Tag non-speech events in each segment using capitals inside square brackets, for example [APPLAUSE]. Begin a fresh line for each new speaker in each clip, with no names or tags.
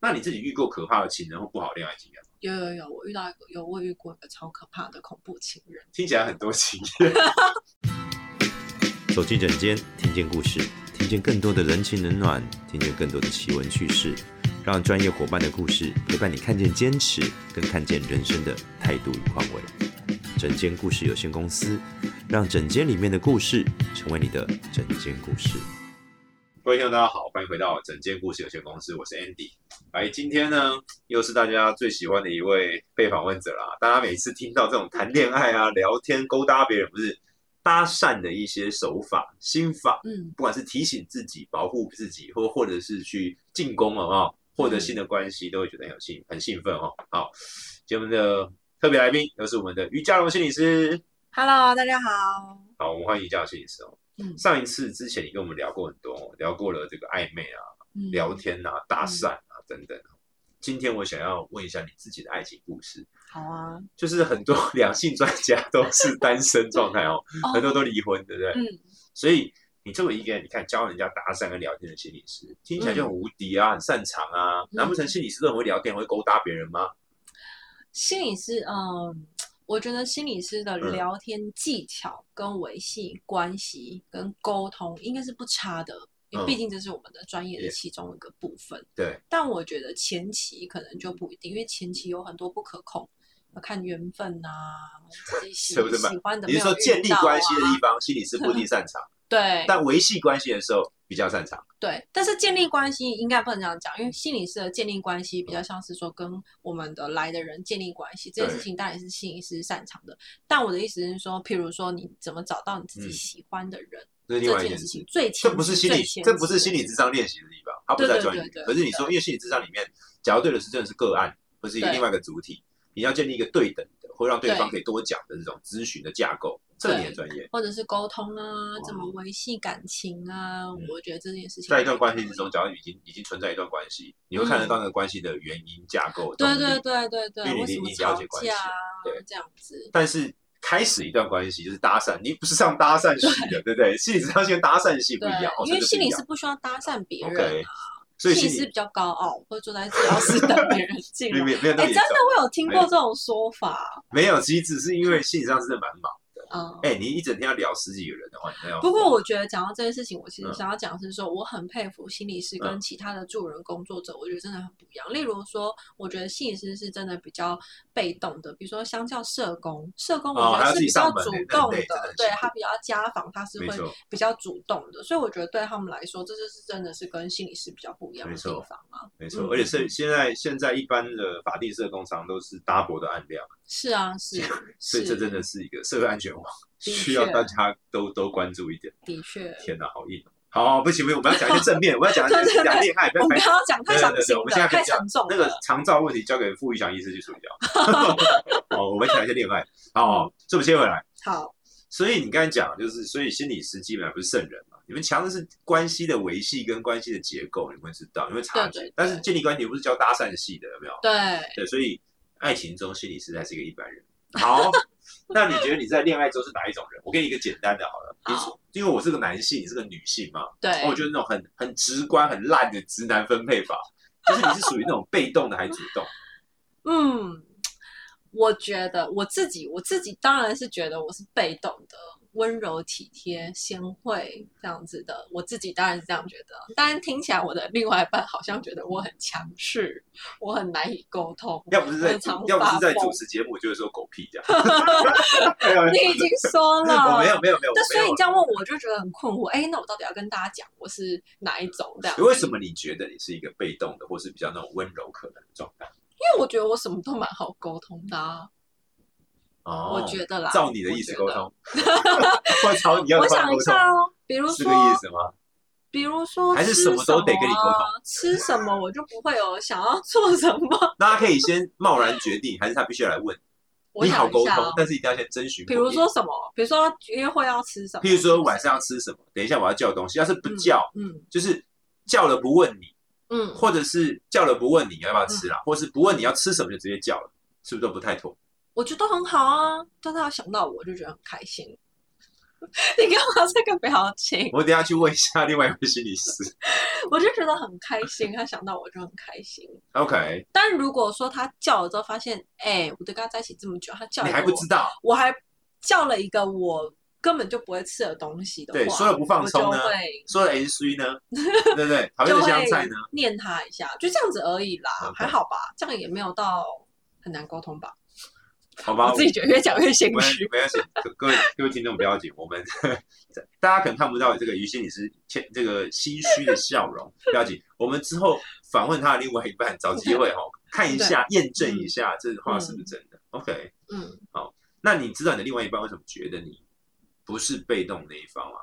那你自己遇过可怕的情人或不好的恋爱经验吗？
有有有，我遇到一个有我遇过一个超可怕的恐怖情人。
听起来很多情验。
走进诊间，听见故事，听见更多的人情冷暖，听见更多的奇闻趣事，让专业伙伴的故事陪伴你看见坚持，跟看见人生的态度与宽慰。诊间故事有限公司，让诊间里面的故事成为你的诊间故事。
[LAUGHS] 各位听众大家好，欢迎回到整间故事有限公司，我是 Andy。来，今天呢又是大家最喜欢的一位被访问者啦。大家每次听到这种谈恋爱啊、聊天、勾搭别人，不是搭讪的一些手法、心法，
嗯，
不管是提醒自己、保护自己，或或者是去进攻了啊， [LAUGHS] 获得新的关系，都会觉得很有兴很兴奋哦。好，节目的特别来宾又是我们的于嘉荣心理师。
Hello，大家好。
好，我们欢迎于嘉荣心理师哦。
嗯
上一次之前你跟我们聊过很多哦，聊过了这个暧昧啊、
嗯
聊天啊、搭讪啊等等。今天我想要问一下你自己的爱情故事，
好啊。
就是很多 [LAUGHS] 两性专家都是单身状态哦，
[LAUGHS] 哦
很多都离婚，对不对？
嗯，
所以你作为一个你看教人家搭讪跟聊天的心理师，听起来
嗯
就很无敌啊，很擅长啊。难不成心理师都很会聊天，很会勾搭别人吗？
心理师，嗯，我觉得心理师的
嗯
聊天技巧、跟维系关系、跟沟通应该是不差的，因为
嗯
毕竟这是我们的专业的
Yeah
其中一个部分。
对，
但我觉得前期可能就不一定，因为前期有很多不可控，要看缘分啊，自己
[LAUGHS]
喜
是不是嘛
喜欢的
你
没有
是说建
遇
立
到
关
啊
系的地方，心理师不一定擅长，
[LAUGHS] 对
但维系关系的时候比较擅长。
对，但是建立关系应该不能这样讲，因为心理师的建立关系比较像是说跟我们的来的人建立关系，这件事
对
情当然是心理师擅长的。但我的意思是说，譬如说你怎么找到你自己
嗯
喜欢的人，
这是另
这
外一
件
件
事
事
情。最
这
前
不是
期
心理
最，前
这不
期
是心理智商练习的地方，它不在专业里
对
面。
对对对
可是你说，因为心理智商里面，假如对的是真的是个案，或是一个
对
另外一个主体，你要建立一个对等的，会让对方
对
可以多讲的这种咨询的架构，这个你很专业。
或者是沟通啊，
哇嗯
怎么维系感情啊，我觉得这件事情
在一段
还
关系
可
之
以
中，假如已经已经存在一段关系，你会看得到那个关系的原因架构。
嗯对
动力
对对对对，
因为
为
你
什么
你了
吵
解关系
架啊
对
这样子？
但是开始一段关系就是搭讪，你不是上搭讪系的，对不对？心理智商跟搭讪系不
对
一样，哦，
因为
真的不一
心理
样
师不需要搭讪别人
OK
啊，
所以
心
心
理师
理
比较高傲，会坐在治疗室等别人进
没
来。
没没有那
哎、
么严
真
重，
的，我有听过这种说法。
没有，其实只是因为心理上真的蛮忙。
嗯，
哎、你一整天要聊十几个人的话，你那要
不过我觉得讲到这件事情，我其实
嗯
想要讲的是说，我很佩服心理师跟
嗯
其他的助人工作者，我觉得真的很不一样。例如说，我觉得心理师是真的比较被动的，比如说相较社工，社工我
哦
觉
还要
得
自己
是比较
上门
主
欸
动
那很累真的很
对
辛苦
他比较家访，他是
没
会
错，
比较主动的，所以我觉得对他们来说，这就是真的是跟心理师比较不一样的
没
地
错
方啊。
没错
嗯，
而且是现在现在一般的法定社工常都是 double 的案量，
是啊，是，
[LAUGHS] 所以
是
这真的是一个社会安全网，
的确
[LAUGHS] 需要大家都都关注一点。
的
[LAUGHS]
确，
天哪，好硬哦！好，不行不行，我们要讲一些正面，我要讲一
[LAUGHS] 对对
些
对
讲恋爱，不
我
要
们
开
不要讲
对
太
对
伤
对
心
我们现在
了，
可以
太
讲
沉重
那
了
个。长照问题交给傅玉祥医师去处理掉。
[LAUGHS]
好，我们讲一些恋爱。好，这么先回来，
好。
所以你刚才讲就是，所以心理师基本上不是圣人嘛，你们强的是关系的维系跟关系的结构，你们知道，你们察
对对
觉
对。
但是建立关系不是教搭讪系的，有没有？
对，
对，所以爱情中心理师还是一个一般
[LAUGHS]
人。好，那你觉得你在恋爱中是哪一种人？我给你一个简单的好了，你
好
因为我是个男性，你是个女性嘛，
对，
哦我觉得那种很很直观、很烂的直男分配法，就是你是属于那种被动的还是主
[LAUGHS]
动？
嗯，我觉得我自己，我自己当然是觉得我是被动的，温柔体贴、贤惠这样子的，我自己当然是这样觉得。但听起来我的另外一半好像觉得我很强势，我很难以沟通，
要不是在
我常
主要不是在
发疯
主持节目，我就会说狗屁这
[LAUGHS]
样。 [LAUGHS] 没有，没
你
有
已经说了，
我没有，。没有，没有，
但
我没
所以
有
你。这样问我，就觉得很困惑。哎，那我到底要跟大家讲我是哪一种这样？
为什么你觉得你是一个被动的，或是比较那种温柔可能的状态？
因为我觉得我什么都蛮好沟通的啊，
哦，
我觉得啦。
照你的
我
意思
觉
沟
得 [LAUGHS]
通， [LAUGHS] 或照你要
我
的方
想
式沟
一
通，
下哦，比如
是这个意
说，
思吗？
比如说，
还是什么都得跟你沟通？
吃什么我就不会有想要做什么。
那他可以先贸然决定，还是他必须要来问
我
你好
想一
沟
下
通
哦，，
但是一定要先征询过
比
意见。
如说什么？比如说约会要吃什么？
譬如说晚上要吃什么，等一下我要叫东西，要是不叫，
嗯
就是叫了不问你，
嗯，
或者是叫了不问你要不要吃啦，或是不问你要吃什么就直接叫了，是不是都不太妥？
我觉得都很好啊，但他要想到我就觉得很开心。 [LAUGHS] 你干嘛这个表情？
我等一下去问一下另外一位心理师。
我就觉得很开心，他想到我就很开心。
OK，
但如果说他叫了之后发现，哎、我都跟他在一起这么久，他叫了
你
一个
还不
我
知道，
我还叫了一个我根本就不会吃的东西的话，
对说了不放松
我
呢
就会
说了 N C 呢，对不
[LAUGHS]
对？讨厌
就
的
会
香菜呢？
念他一下，就这样子而已啦
OK
还好吧，这样也没有到很难沟通吧。
好吧，
我自己觉得越讲越心
我们
虚。
没关系，各各位各位听众不要紧，我们 [LAUGHS] 大家可能看不到这个于心理师欠这个心虚的笑容，不要紧，我们之后访问他的另外一半，找机会哦，看一下验证一下这话是不是真的。OK，
嗯，
那你知道你的另外一半为什么觉得你不是被动那一方吗？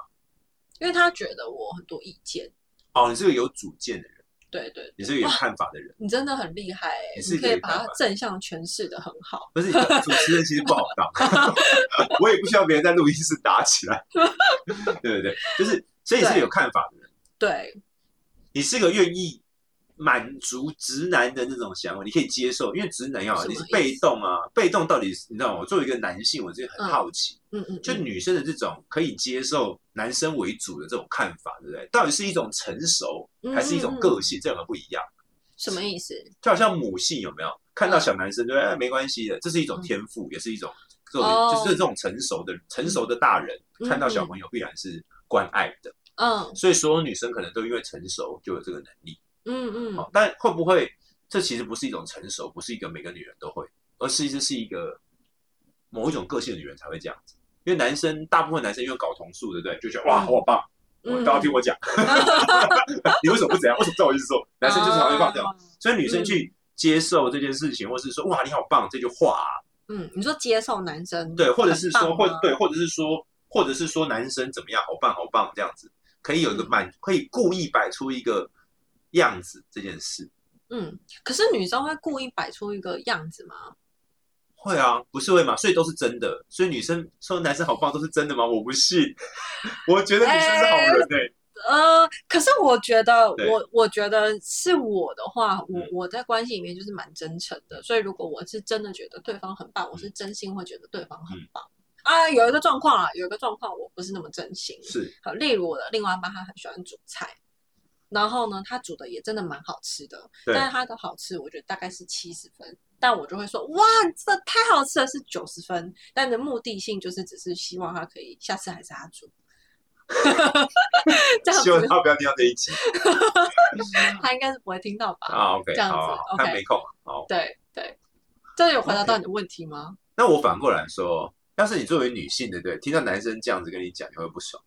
因为他觉得我很多意见，
哦，你是个有主见的人，
对对，
你是个有看法的人，
你真的很厉害、
你是
你可
有
以
一个
把它
看法
正向诠释的很好。
不是你的主持人其实不好
[LAUGHS]
当，我也不需要别人在录音室打起来，对不对？就是所以你是个有看法的人。
对，
你是个愿意满足直男的那种想法，你可以接受，因为直男要
什么
你是
意思
被动啊，被动到底是你知道吗？我作为一个男性，我真的很好奇，
嗯嗯，
就
嗯
女生的这种可以接受男生为主的这种看法，对不对？到底是一种成熟，还是一种个性？这两个不一样。
嗯什么意思？
就好像母性有没有看到小男
嗯
生就哎没关系的，这是一种天赋，也是一种各种
哦
就是这种成熟的成熟的大人
嗯
看到小朋友必然是关爱的，
嗯
所以所有女生可能都因为成熟就有这个能力。
嗯嗯
好，但会不会这其实不是一种成熟，不是一个每个女人都会，而是这是一个某一种个性的女人才会这样子。因为男生大部分男生因为搞同素，对不对？就觉得哇，我好棒，我
嗯，
都要听我
[LAUGHS]
讲。 [LAUGHS] 你为什么不怎样？为什么照我意思做？男生就是好会放这样，
哦。
所以女生去接受这件事情，或是说哇你好棒这句话啊、
嗯，你说接受男生
对，或者是说
很棒嗯
或
吗
对，或者是说或者是说男生怎么样，好棒好棒这样子，可以有一个
嗯
满，可以故意摆出一个样子这件事。
嗯，可是女生会故意摆出一个样子吗？
会啊，不是会吗？所以都是真的。所以女生说男生好棒都是真的吗？我不信， [LAUGHS] 我觉得女生是好人哎、
呃，可是我觉得，
对
我我觉得是我的话，我
嗯
我在关系里面就是蛮真诚的，所以如果我是真的觉得对方很
嗯
棒，我是真心会觉得对方很棒。啊，有一个状况啊，有一个状况我不是那么真心。啊
是
好，例如我的另外一半，他很喜欢煮菜，然后呢，他煮的也真的蛮好吃的，
对
但是它的好吃，我觉得大概是七十分，但我就会说，哇，这太好吃了，是九十分。但你的目的性就是只是希望他可以下次还是他煮， [LAUGHS] 这样
希望
子
他不要听到这一集
他应该是不会听到吧？
啊。OK，
这样子
好好好
OK
他没空。好，
对对，这有回答到你的问题吗？
那我反过来说，要是你作为女性，对不对？听到男生这样子跟你讲，你会不爽。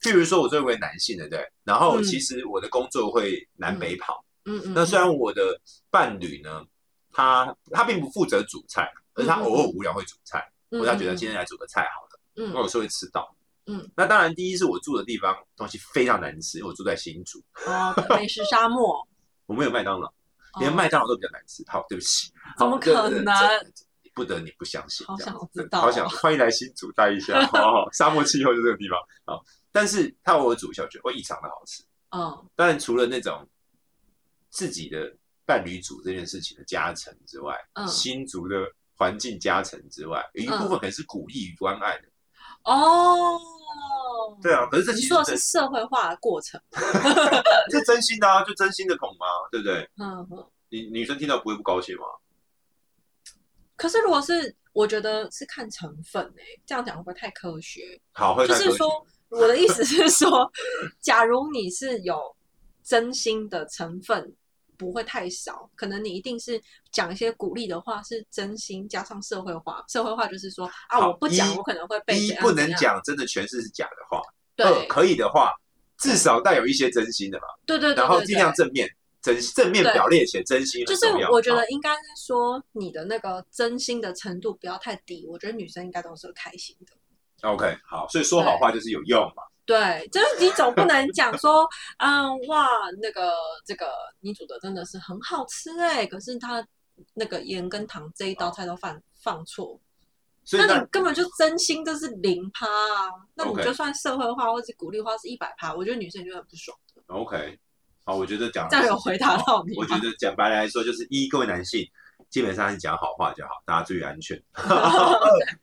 譬如说，我作为男性，对不对？然后
嗯
其实我的工作会南北跑。
嗯嗯，
那虽然我的伴侣呢，他他并不负责煮菜，而是他偶尔无聊会煮菜，
嗯
或者他觉得今天来煮个菜好了。
嗯
那有时候会吃到。
嗯，
那当然，第一是我住的地方东西非常难吃，因为我住在新竹，
哦美食沙漠，
我没有麦当劳，
哦
连麦当劳都比较难吃。好，对不起，
怎么
好对
可
对对
能
这这不得你不相信，
好
这样
想
子
知
真的
道
好
哦
想欢迎来新竹待一
[LAUGHS]
下，好好，沙漠气候就这个地方好。但是他偶尔煮一下，我觉得会异常的好吃。
嗯
当然，除了那种自己的伴侣组这件事情的加成之外，
嗯
新竹的环境加成之外，有一部分可能是鼓励与关爱的。
哦，
对啊，可是这
嗯你
其实
说的
真
是社会化的过程，
这真心的啊，就真心的捧嘛，对不对？
嗯嗯。
你女生听到不会不高兴吗？
可是如果是我觉得是看成分诶、这样讲会不会太科学？
好，会
就
看
是
歌曲
说，我的意思是说， [LAUGHS] 假如你是有真心的成分，不会太少，可能你一定是讲一些鼓励的话，是真心加上社会化。社会化就是说啊，
好
我不讲
一，
我可能会被
第一
怎样
不能
怎样
讲真的全是假的话，
对
二可以的话，至少带有一些真心的嘛，
对对对，
然后
对
尽
对
量正面。真正面
对
表列且真心
就
很
是
重要，
我觉
好
得应该是说你的那个真心的程度不要太低，我觉得女生应该都是开心的。
OK 好，所以说好话就是有用嘛。
对，就是你总不能讲说，嗯，哇，那个这个你煮的真的是很好吃哎、可是它那个盐跟糖这一道菜都放放错，
所以
那
那
你根本就真心就是零趴啊，那你
OK
就算社会化或者鼓励化是一百趴，我觉得女生就很不爽的。
哦 OK，好，我觉得讲
这样有回答到你
我
吗
觉？得讲白来说，就是一各位男性，基本上是讲好话就好，大家注意安全。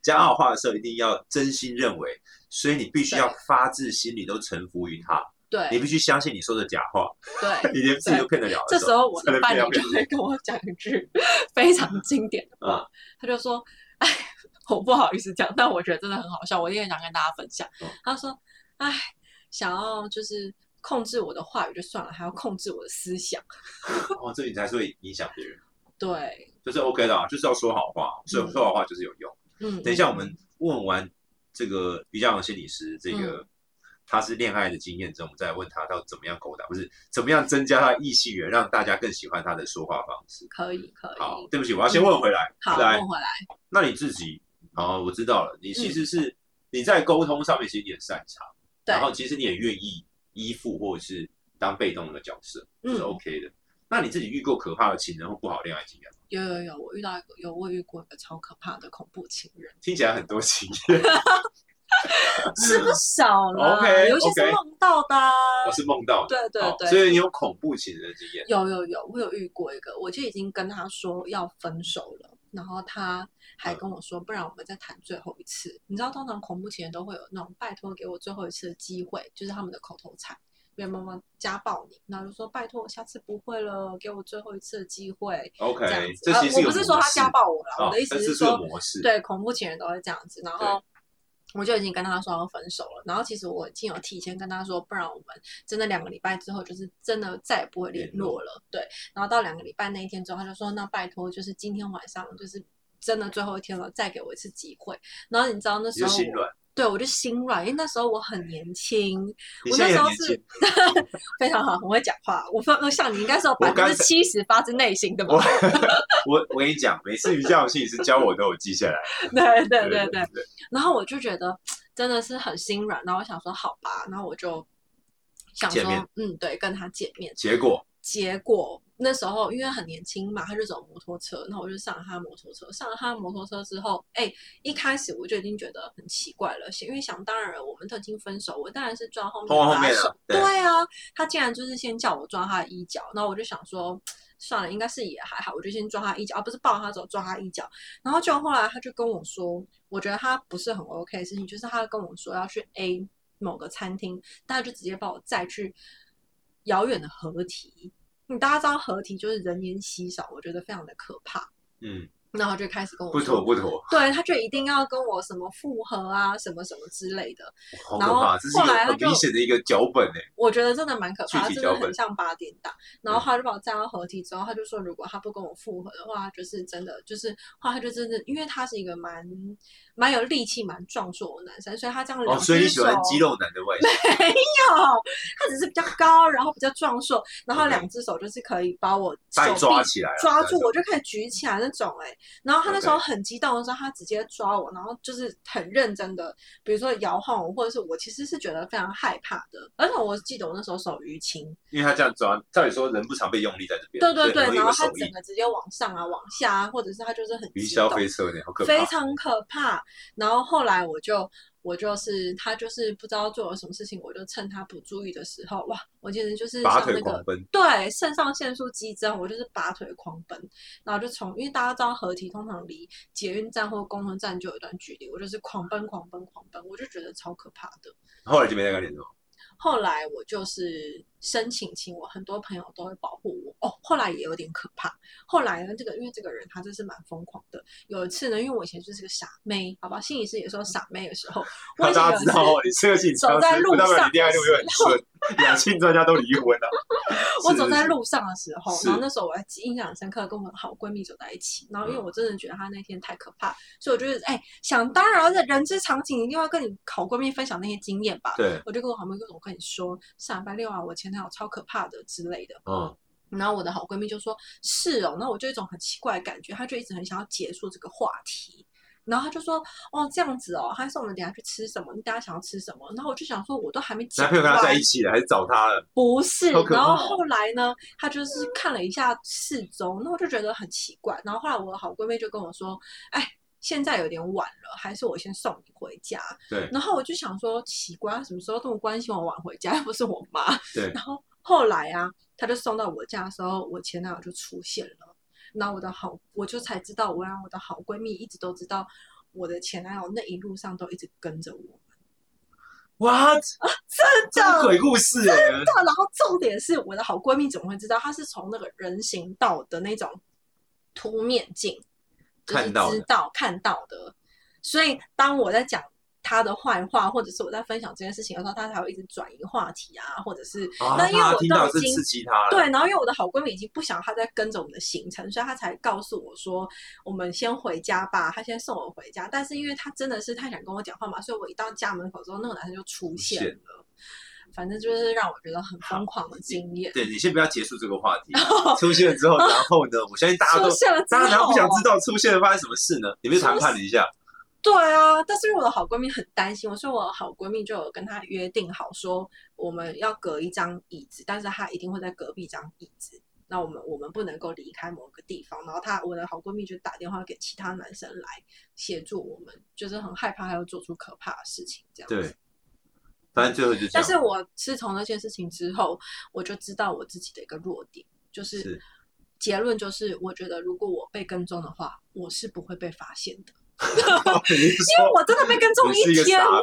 讲好话的时候一定要真心认为，所以你必须要
对
发自心里都臣服于他，
[LAUGHS] 对
你必须相信你说的假话， [LAUGHS]
对，
你连自己都骗得了
这
的
时候我
才
的
能
伴
骗到
侣
别
就
人
会跟我讲一句 [LAUGHS] 非常经典的
啊
话，他就说：“哎，我不好意思讲，但我觉得真的很好笑，我也想跟大家分享。
嗯
他说：“哎，想要就是控制我的话语就算了，还要控制我的思想。
哦，这你才是会影响别人，”
对，
就是 OK 的、啊，就是要说好话，所以说好话就是有用。
嗯，
等一下我们问完这个瑜伽的心理师，这个、
嗯
他是恋爱的经验之后，我们再问他到怎么样勾搭，不是怎么样增加他的异性缘，让大家更喜欢他的说话方式。
可以可以，
好，对不起，我要先问回来。
嗯好哦
来，
问回来，
那你自己，好，我知道了，你其实是、你在沟通上面其实你很擅长，
嗯对
然后其实你也愿意依附或者是当被动的角色，这是
嗯
OK 的。那你自己遇过可怕的情人或不好的恋爱经验吗？
有有有，我遇到一个有我遇过一个超可怕的恐怖情人，
听起来很多情人，
[LAUGHS] 是不少了
嗯 OK，
尤其是
OK
梦到的啊，
[LAUGHS] 我是梦到的。
对对
好
对，
所以你有恐怖情人的经验，
有有有，我有遇过一个，我就已经跟他说要分手了，然后他
嗯
还跟我说，不然我们再谈最后一次。你知道，通常恐怖情人都会有那种拜托给我最后一次的机会，就是他们的口头禅，因为妈妈家暴你，然后就说拜托，下次不会了，给我最后一次的机会。
OK，
这样子，
哎这
啊
其实，
我
有
不是说他家暴我了，
啊，
我的意思
但是
说
个，模式，
对，恐怖情人都会这样子。然后我就已经跟他说要分手了。然后其实我已经有提前跟他说，不然我们真的两个礼拜之后，就是真的再也不会联
联络
络了。对，然后到两个礼拜那一天之后，他就说：“那拜托，就是今天晚上，就是真的最后一天了，再给我一次机会。”然后你知道那
你
时
就
候
心
我。
软。
对，我就心软，因为那时候我很年轻，
你
我
现在
那
也
时
很
候
年
是
轻，
非常好，很会讲话。我分像你应该是有百
我刚
分
才
之七十发自内心的吧
我？我 [LAUGHS] 我跟你讲，每次瑜伽老师也是教我都有记下来。
[LAUGHS] 对对对对
对。
然后我就觉得真的是很心软，然后我想说好吧，然后我就想说
见面，
嗯，对，跟他见面。
结果
结果那时候因为很年轻嘛，他就走摩托车，那我就上了他的摩托车。上了他的摩托车之后，哎，一开始我就已经觉得很奇怪了，因为想当然我们都已经分手，我当然是抓后面
拖后
把
面啊
手。
对
对啊，他竟然就是先叫我抓他的衣角，那我就想说。算了，应该是也还好，我就先抓他衣角，而、不是抱他走，抓他衣角。然后就后来他就跟我说，我觉得他不是很 OK 的事情，就是他跟我说要去 A 某个餐厅，但他就直接把我载去遥远的河堤。你大家知道河堤就是人烟稀少，我觉得非常的可怕。
嗯，
然后他就开始跟我
不妥
说，
不妥，
对，他就一定要跟我什么复合啊，什么什么之类的。
好可
然后
怕，这是一
后
个
来他
很
就
明显的一个脚本哎。
我觉得真的蛮可怕，
具体嗯
真
脚
的
本
很像八点档。然后他就把我载到合体之后，他就说如果他不跟我复合的话，就是真的，就是后来他就真的，因为他是一个蛮蛮有力气、蛮壮硕的男生，所以他这样两
哦，所以
只
你喜
嗯手、
欢肌肉男的外
[LAUGHS]
形，
没有， [LAUGHS] 他只是比较高，然后比较壮硕，然后
OK
两只手就是可以把我手
把你
臂
抓起来啊了，
抓
带
住我就可以举起来那种哎、然后他那时候很激动的时候，他直接抓我，然后就是很认真的，比如说摇晃我，或者是我其实是觉得非常害怕的，而且我记得我那时候手淤青，
因为他这样抓，照理说人不常被用力在这边，
对对
所以
对
很，容易
然后
有
他
手
整
艺
个直接往上啊、往下啊，或者是他就是很
云
激
霄
动，
飞车呢，好可
非
怕。
常可怕。然后后来我就我就是他就是不知道做了什么事情，我就趁他不注意的时候，哇，我简直就是
拔
像
腿
那
狂
个
奔，
对肾上腺素激增，我就是拔腿狂奔，然后就从因为大家知道合体通常离捷运站或公车站就有一段距离，我就是狂奔狂奔狂奔，我就觉得超可怕的。
后来就没那个联络。
后来我就是申请请我很多朋友都会保护我哦。后来也有点可怕。后来呢，这个因为这个人他真是蛮疯狂的。有一次呢，因为我以前就是个傻妹，好吧，心理师也说傻妹的
[LAUGHS]
时候，我以前
大
有
家
一
知
次，
道哦，你是个警察，
走在路
不代表
上
你恋爱路又很顺，两性专家都离婚了。
[LAUGHS] 我
是
走在，
是
路上的时候，
是
然后那时候我还印象很深刻，跟我好闺蜜走在一起。然后
嗯
因为我真的觉得她那天太可怕，所以我就是哎、想当然的人之常情，一定要跟你好闺蜜分享那些经验吧
是。对，
我就跟我好闺蜜说，我跟你说，上礼拜六啊，我前男友超可怕的之类的。
嗯，
然后我的好闺蜜就说：“是哦。”那我就有一种很奇怪的感觉，她就一直很想要结束这个话题。然后她就说：“哦，这样子哦，还是我们等一下去吃什么？你等一下想要吃什么？”然后我就想说，我都还没讲
男朋友跟他在
完
一起了，还是找他了？
不是
好，可
然后
怕哦
后来呢，她就是看了一下四周，那我就觉得很奇怪。然后后来我的好闺蜜就跟我说：“哎，现在有点晚了，还是我先送你回家。”
对
然后我就想说，奇怪，她什么时候这么关心我晚回家？ [LAUGHS] 又不是我妈。
对，
然后后来啊，他就送到我家的时候，我前男友就出现了。那我的好，我就才知道，我让我的好闺蜜一直都知道我的前男友那一路上都一直跟着我。
，what？
真
这
的
是鬼故事哎、
对，然后重点是我的好闺蜜怎么会知道？她是从那个人行道的那种凸面镜，就是
看到的
知道看到的。所以当我在讲她的坏话，或者是我在分享这件事情的时候，她才会一直转移话题啊，或者是、
啊，
那因为
他
我
听到
都
是
已经
刺激他了，
对，然后因为我的好闺蜜已经不想她在跟着我们的行程，所以她才告诉我说我们先回家吧，她先送我回家。但是因为她真的是太想跟我讲话嘛，所以我一到家门口之后，那个男生就出现
现
了。反正就是让我觉得很疯狂的经验。
对你先不要结束这个话题。出现之后，然后呢？我相信大家
哦出
都，
现了之
大
后，
家难道不想知道出现了发生什么事呢？你们就谈判了一下，
对啊，但是因为我的好闺蜜很担心我，所以我的好闺蜜就有跟她约定好说，我们要隔一张椅子，但是她一定会在隔壁张椅子。那我们我们不能够离开某个地方，然后她我的好闺蜜就打电话给其他男生来协助我们，就是很害怕她又做出可怕的事情这样子。
对，反正最后就这
但是
样。
我是从那件事情之后，我就知道我自己的一个弱点，就是
是
结论就是，我觉得如果我被跟踪的话，我是不会被发现的，
[LAUGHS] 你是
因为
说
我真的被跟踪
你是一个
天
傻
呢、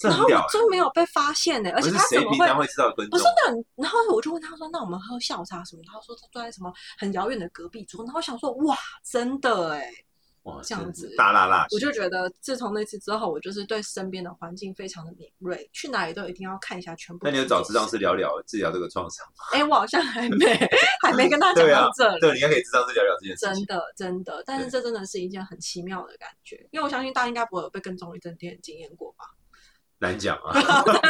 这
然后
很屌欸
我，真没有被发现呢、而
不
且
是
他
谁
怎么
平
会
常？会知道跟踪
不是？那种，然后我就问他说：“那我们喝下午茶什么？”他说他坐在什么很遥远的隔壁桌。然后我想说：“哇，真的哎、
哇，
这样子
真是大辣辣，
我就觉得自从那次之后，我就是对身边的环境非常的敏锐，去哪里都一定要看一下全部。
那你有找智障
师？
师聊聊治疗这个创伤？
哎、我好像还没还没跟他讲
对啊
到这里。
对，你应该可以智障师聊聊这件事
真
情。
的，真的，但是这真的是一件很奇妙的感觉，因为我相信大家应该不会有被跟踪一整天的经验过吧？
难讲
[LAUGHS]
啊， [LAUGHS] 难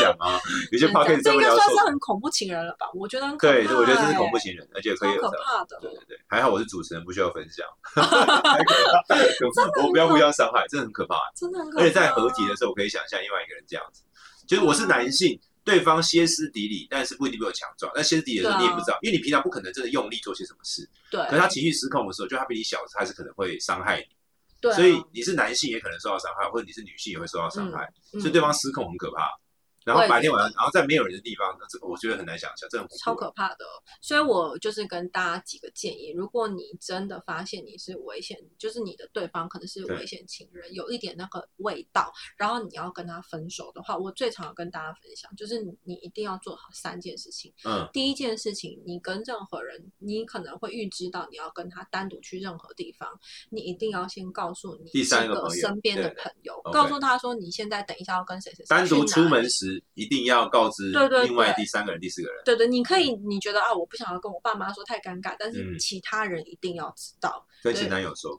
讲啊，有些 p o c
这
a s
样这
真
应
的
该
聊
算
受
是很恐怖情人了吧？我觉得很可怕、欸，
对，我觉得这是恐怖情人，而且可以
超可怕的。
对对对，还好我是主持人，不需要
[LAUGHS]
分享，太可怕我们不要互相伤害，这很可怕。
真的很可怕。
而且在合体的时候，我可以想象另外一个人这样子，就是我是男性，对方歇斯底里，但是不一定比我强壮。但歇斯底里的时候，
对啊
你也不知道，因为你平常不可能真的用力做些什么事。
对，
可是他情绪失控的时候，就他比你小，他还是可能会伤害你。
对啊、
所以你是男性也可能受到伤害，或者你是女性也会受到伤害，
嗯
所以对方失控很可怕。然后
我也
白天晚上，然后在没有人的地方，这个我觉得很难想象，这很恐怖
嗯超可怕的。所以我就是跟大家几个建议：如果你真的发现你是危险，就是你的对方可能是
对
危险情人，有一点那个味道，然后你要跟他分手的话，我最常跟大家分享就是你你一定要做好三件事情。
嗯，
第一件事情，你跟任何人，你可能会预知到你要跟他单独去任何地方，你一定要先告诉你
第三
这
个
个
朋友
身边的
对
朋友，
OK
告诉他说你现在等一下要跟谁谁谁
单独
去哪
出
里
门时一定要告知
对对对
另外第三个人、第四个人。
对对，你可以，你觉得啊，我不想要跟我爸妈说太尴尬，但是
嗯
其他人一定要知道，
跟
对
前男友
[LAUGHS]
说，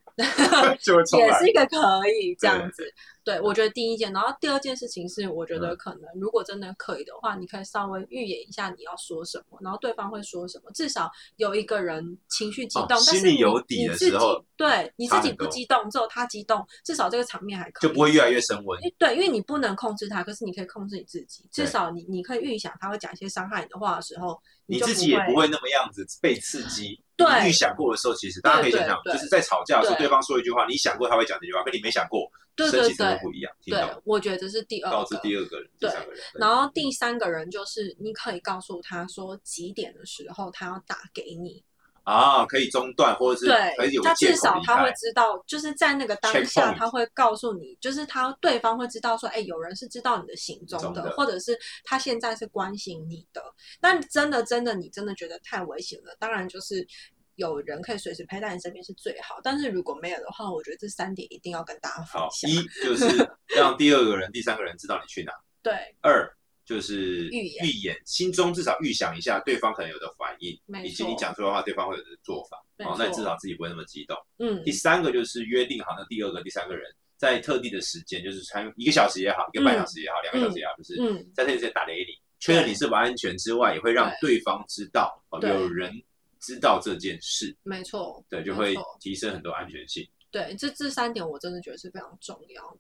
就会冲
也
来
是。一个可以这样子。对，我觉得第一件，然后第二件事情是，我觉
嗯
得可能如果真的可以的话，你可以稍微预演一下你要说什么，然后对方会说什么，至少有一个人情绪激
哦
动，但
心
是
里
你
有底
你
的
自
时
己
候
对你自
差
己
很
不
多
激动，只有他激动，至少这个场面还可以，
就不会越来越升温
因。为对，因为你不能控制他，可是你可以控制你自己，至
对
少你你可以预想他会讲一些伤害你的话的时候，
你
就
自己也不会那么样子被刺激。
对
你预想过的时候，其实大家可以想想，
对对
就是在吵架的时候，
对
对方说一句话，你想过他会讲这句话，跟你没想过，
对
身
对
体真的
对。
不一样。听
对
懂？，
我觉得这是第二
告知
个。
第二个人、第
对
三个人。对
然后第三个人就是你可以告诉他说几点的时候他要打给你，
啊，可以中断，或者是可以
对
有，个
他
借
至
口
少
离
他会
开。
知道，就是在那个当下
Checkpoint
他会告诉你，就是他对方会知道说，哎，有人是知道你的行踪
踪
的，
的
或者是他现在是关心你的。但真的真的你真的觉得太危险了，当然就是。有人可以随时陪在你身边是最好，但是如果没有的话，我觉得这三点一定要跟大家分
好，
享。
一就是让第二个人、第三个人知道你去哪。
对，
二就是
预言
预言，心中至少预想一下对方可能有的反应，
没错
以及你讲出的话，对方会有的做法。
没
哦，那你
错
至少自己不会那么激动。
嗯
第，三个就是约定好那第二个、第三个人在特定的时间，就是穿一个小时也好，一个半小时也好，两个小时也好，就是
嗯，
在特定时间打给你，确认你是否安全之外，也会让对方知道哦，
对
有人知道这件事，
没错，
对，就
没
会
错
提升很多安全性。
对，这这三点我真的觉得是非常重要，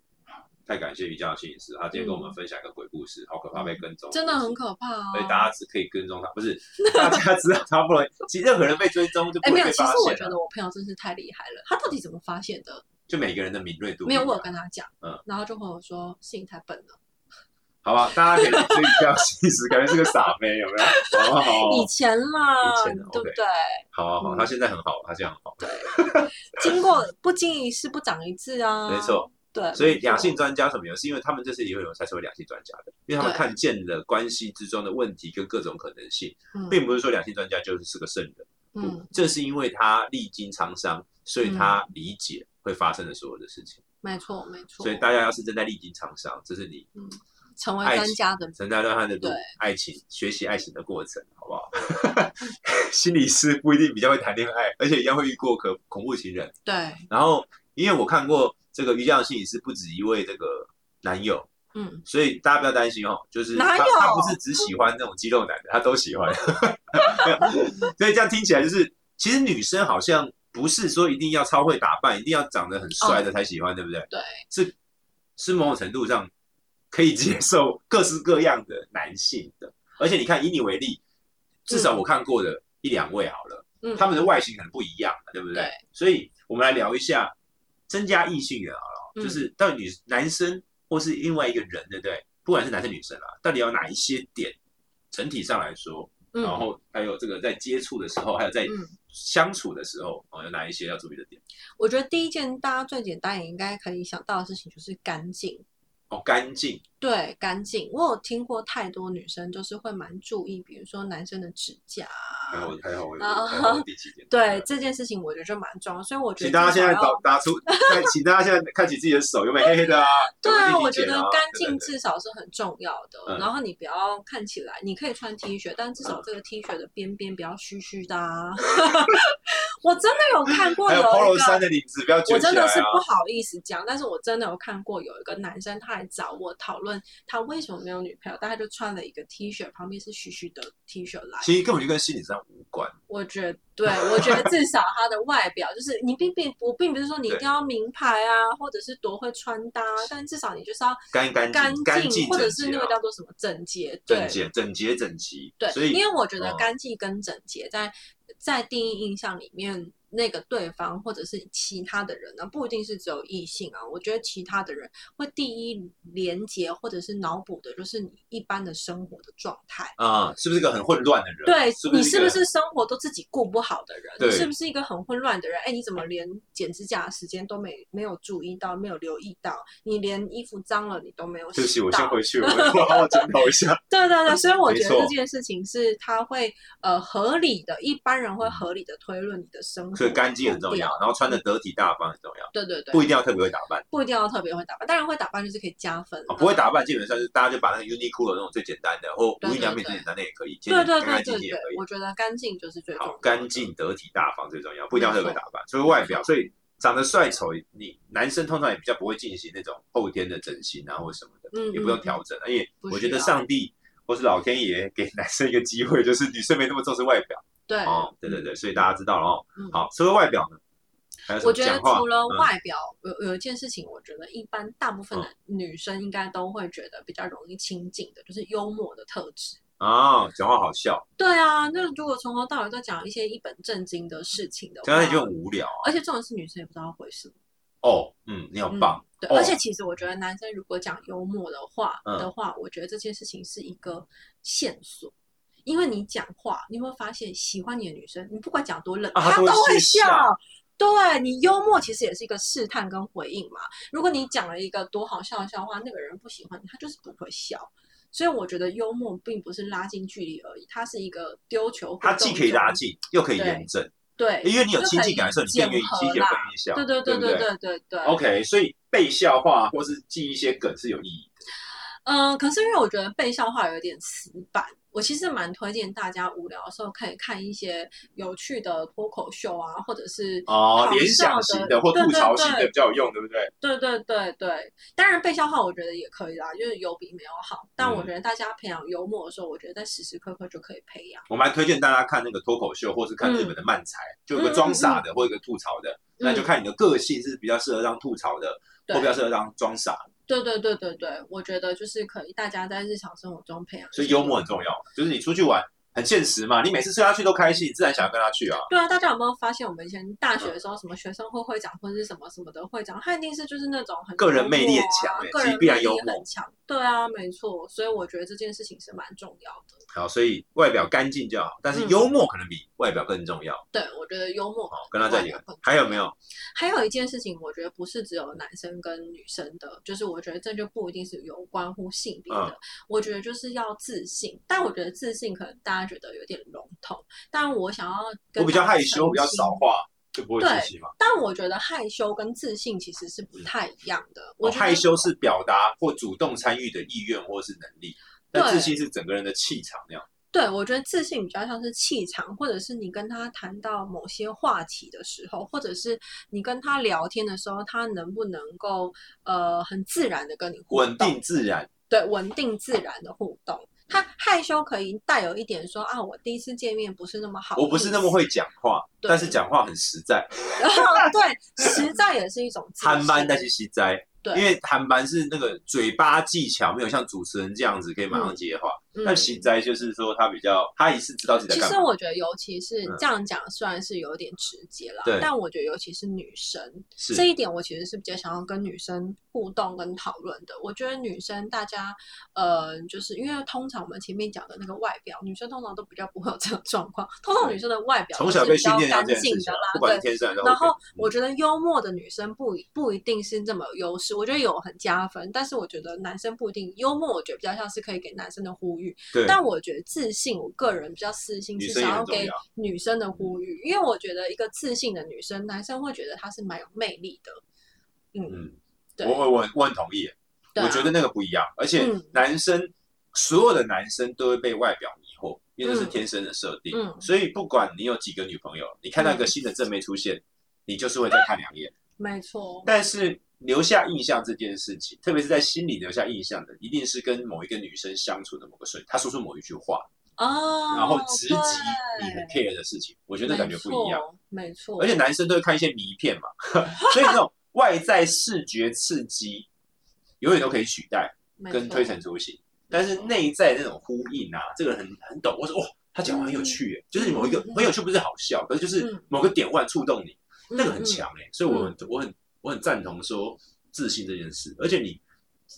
太感谢瑜伽的心理师，他今天跟我们分享一个鬼故事，好可怕，被跟踪，
嗯真的很可怕啊！
所以大家只可以跟踪他，不
[LAUGHS]
是大家知道他不能，其实任何人被追踪就
哎，
不
没
会
有，
被
其实
发
我觉
现啊
得
了。
我朋友真是太厉害了，他到底怎么发现的？
就每个人的敏锐度不一
没有，
样
我有跟他讲，
啊嗯
然后就和我说是你太笨了，
好吧，大家可以追一下西施，感觉是个傻妹，有没有？好不
[LAUGHS]
好？
以前啦，
哦以前啊
对不
OK
对？
好啊好
嗯
好，她现在很好，她现在很好，
经过不经一事不长一智啊，
没错。
对，
所以
没错
两性专家什么原因？是因为他们这次也有才成为两性专家的，因为他们
对
看见了关系之中的问题跟各种可能性，
嗯
并不是说两性专家就是是个圣人，不
嗯，
正是因为他历经沧桑，所以他理解会发生的所有的事情。
没错没错，
所以大家要是正在历经沧桑，这是你
成为
爱
专
情
家的
陈大壮汉的路
对，嗯
爱情学习爱情的过程，好不好？ [LAUGHS] 心理师不一定比较会谈恋爱，而且一样会遇过可恐怖情人。
对，
然后，因为我看过这个瑜伽的心理师不止一位这个男友，
嗯，
所以大家不要担心哦，就是
哪
他
有
他不是只喜欢那种肌肉男的，他都喜欢。 [LAUGHS] 所以这样听起来就是，其实女生好像不是说一定要超会打扮，一定要长得很帅的才喜欢，对不对？
哦对，
是是某种程度上可以接受各式各样的男性的，而且你看以你为例，至少我看过的一两位好了，
嗯，
他们的外形可能不一样，对不对？
对
所以我们来聊一下增加异性缘啊。
嗯
就是到底女男生或是另外一个人，对不对？不管是男生女生啊，到底有哪一些点，整体上来说，
嗯
然后还有这个在接触的时候，还有在
嗯
相处的时候，哦，有哪一些要注意的点？
我觉得第一件大家最简单也应该可以想到的事情就是干净。
哦，干净，
对，干净。我有听过太多女生就是会蛮注意，比如说男生的指甲啊，
还好还好，我
啊 [LAUGHS]
还好我第几点？
对，这件事情，我觉得就蛮重要。所以我觉得
请大家
至
现
少
在
要
找打出，看请大家现在看起自己的手有没有黑黑的啊？
[LAUGHS] 对
有没
啊，
有
我
弟弟
觉
姐
得
啊
干
对对
净
对
至少是很重要的。
嗯
然后你不要看起来，你可以穿 T 恤，但至少这个 T 恤的边边不要虚虚的、啊。 [LAUGHS] 我真的有看过
还
有
有 polo
一
衫
个，
的领子不要
我
卷起
真
来
的是不
啊！
好意思讲，但是我真的有看过有一个男生，他来找我讨论他为什么没有女朋友，但他就穿了一个 T 恤，旁边是虚虚的 T 恤来。
其实根本就跟心理上无关，
我觉 [LAUGHS] 得，对我觉得至少他的外表就是你并并我并不是说你一定要名牌啊，或者是多会穿搭，但至少你就是要
干干
干
净干净
或者
整
是
洁
那
啊
个，叫做什么整洁，对
整洁整洁整齐，
对，
所以
因为我觉得
嗯
干净跟整洁在在第一印象里面，那个对方或者是其他的人呢，不一定是只有异性啊，我觉得其他的人会第一连接或者是脑补的就是你一般的生活的状态。
啊、是不是一个很混乱的人？
对
是不
你
是一
是
个
不是生活都自己顾不好的人？
对
你是不是一个很混乱的人？哎，你怎么连剪指甲的时间都没没有注意到，没有留意到？你连衣服脏了你都没有洗
对
到？
不起，我先回去，我 [LAUGHS] 我好好检讨一下。 [LAUGHS]
对对对，所以我
没
觉得
错
这件事情是他会呃合理的，一般人会合理的推论你的生活，
嗯所以干净很重要，。然后穿的得体大方很重要，
对对对，
不一定要特别会打扮。
不一定要特别会打扮，当然会打扮就是可以加分
啊
啦、
不会打扮基本上是大家就把那个 Uniqlo 那种最简单的，或
对
无印良
对
品最简单的也可以，
对
干
对对
干
对
净净也
对
可，以。
我觉得干净就是最重
好
要的，。
干净得体大方最重要，不一定要特别打扮。所以外表，
没
所以长得帅丑，你男生通常也比较不会进行那种后天的整形啊或什么的，
嗯
也不用调整。因为
不
我觉
需
得
要
上帝或是老天爷给男生一个机会，就是女生没那么重视外表。
对，
哦，对对对，所以大家知道了哦。
嗯
好，除了外表呢，还有什
我
么
觉得
讲话？
除了
嗯
外表，有有一件事情，我觉得一般大部分的
嗯
女生应该都会觉得比较容易亲近的，就是幽默的特质。
啊、讲话好笑，
对啊，那如果从头到尾都讲一些一本正经的事情的
讲
话
起来，就很无聊啊。
而且这种是女生也不知道回什么。
哦，嗯，你好
嗯
棒，
对，
哦
而且其实我觉得男生如果讲幽默的话、
嗯
的话，我觉得这件事情是一个线索，因为你讲话，你会发现喜欢你的女生，你不管讲多冷，
啊她
她
都会
都会
笑
笑。对你幽默其实也是一个试探跟回应嘛。如果你讲了一个多好笑的笑话，那个人不喜欢你，他就是不会笑。所以我觉得幽默并不是拉近距离而已，它是一个丢球。
它既可以拉，近，又可以验证，
对，
因为你有
就
亲
可
近
以
感的时候，你更愿意
检核
亲近，
啦
更愿意笑，
对对
对
对
不
对对对对。
OK，所以被笑话或是记一些梗是有意义的。
嗯，可是因为我觉得背笑话有点死板，我其实蛮推荐大家无聊的时候可以看一些有趣的脱口秀啊，或者是
哦，
好
联
笑
想
的
型的或
对
吐槽型的
对
比较有用，对不对？
对对对对，当然背笑话我觉得也可以啦，就是有比没有好。但
嗯
我觉得大家培养幽默的时候，我觉得在时时刻刻就可以培养。
我蛮推荐大家看那个脱口秀，或是看日本的漫才，就有个装傻的或一个吐槽的，那就
嗯
看你的个性是比较适合当吐槽的，
对
或比较适合当装傻的。
对对对对对，我觉得就是可以，大家在日常生活中培养一些。
所以幽默很重要，就是你出去玩。很现实嘛。你每次跟他去都开心，你自然想要跟他去啊。
对啊，大家有没有发现我们以前大学的时候，什么学生会会长或是什么什么的会长，他一定是就是那种很、啊
个人魅力很强欸
个
其
人
实必然
魅
幽
力
默
很强。对啊，没错，所以我觉得这件事情是蛮重要的。
好，所以外表干净就好，但是
嗯
幽默可能比外表更重要。
对，我觉得幽默
哦，跟他在一起，还有没有？
还有一件事情，我觉得不是只有男生跟女生的，就是我觉得这就不一定是有关乎性别的。
嗯
我觉得就是要自信，但我觉得自信可能大家觉得有点笼统，但我想要跟
我比较
大家
害羞，我比较
澄清
少话，就不会
对
自信嘛。
但我觉得害羞跟自信其实是不太一样的。
嗯
我
哦
觉得
害羞是表达或主动参与的意愿或是能力，但
对
自信是整个人的气场那样。
对，我觉得自信比较像是气场，或者是你跟他谈到某些话题的时候，或者是你跟他聊天的时候，他能不能够呃很自然的跟你互
稳
动
定自然，
对稳定自然的互动。他害羞可以带有一点说啊，我第一次见面不是那么好，
我不是那么，会讲话，
对
但是讲话很实在。
[LAUGHS] 然后对，实在也是一种自
憨班
信
那些西斋，
对，
因为憨班是那个嘴巴技巧没有像主持人这样子可以马上接话，
嗯
但西斋就是说他比较，他一次知道自己
其
在干
实
嘛。
我觉得，尤其是
嗯
这样讲，虽然是有点直接啦，
对
但我觉得，尤其是女生
是
这一点，我其实是比较想要跟女生互动跟讨论的。我觉得女生大家，呃，就是因为通常我们前面讲的那个外表，女生通常都比较不会有这种状况。通常女生的外表
从小被训
都是
练
比
到
较
这件
干净
事
的
情
啦，，
不
对
管是天生还是后天
然后我觉得幽默的女生不不一定是这么优势，我觉得有很加分，但是我觉得男生不一定幽默，我觉得比较像是可以给男生的呼吁。
对
但我觉得自信，我个人比较私心
女
是
生也
想
很
要
重
给
要嗯
女生的呼吁，因为我觉得一个自信的女生，男生会觉得她是蛮有魅力的。嗯，
嗯，
对，
我我我很我很同意，
对啊
我觉得那个不一样，而且
嗯
男生、所有的男生都会被外表迷惑，因为这是
嗯
天生的设定。
嗯
所以不管你有几个女朋友，你看到一个新的正妹出现，你就是会再看两眼。
没错，
但是留下印象这件事情，特别是在心里留下印象的，一定是跟某一个女生相处的某个瞬间，她说出某一句话，
哦，
然后直击
对
你很 care 的事情，我觉得那感觉不一样。，
没错，
而且男生都会看一些迷片嘛， [LAUGHS] 所以这种外在视觉刺激永远都可以取代。
没
跟
错
推陈出新，但是内在那种呼应啊，这个人很很懂。我说哇，哦他讲话很有趣耶，就是某一个
嗯嗯
很有趣，不是好笑，可是就是
嗯
某个点忽然触动你，那个很，强哎，所以我很
嗯
我很我很赞同说自信这件事，而且你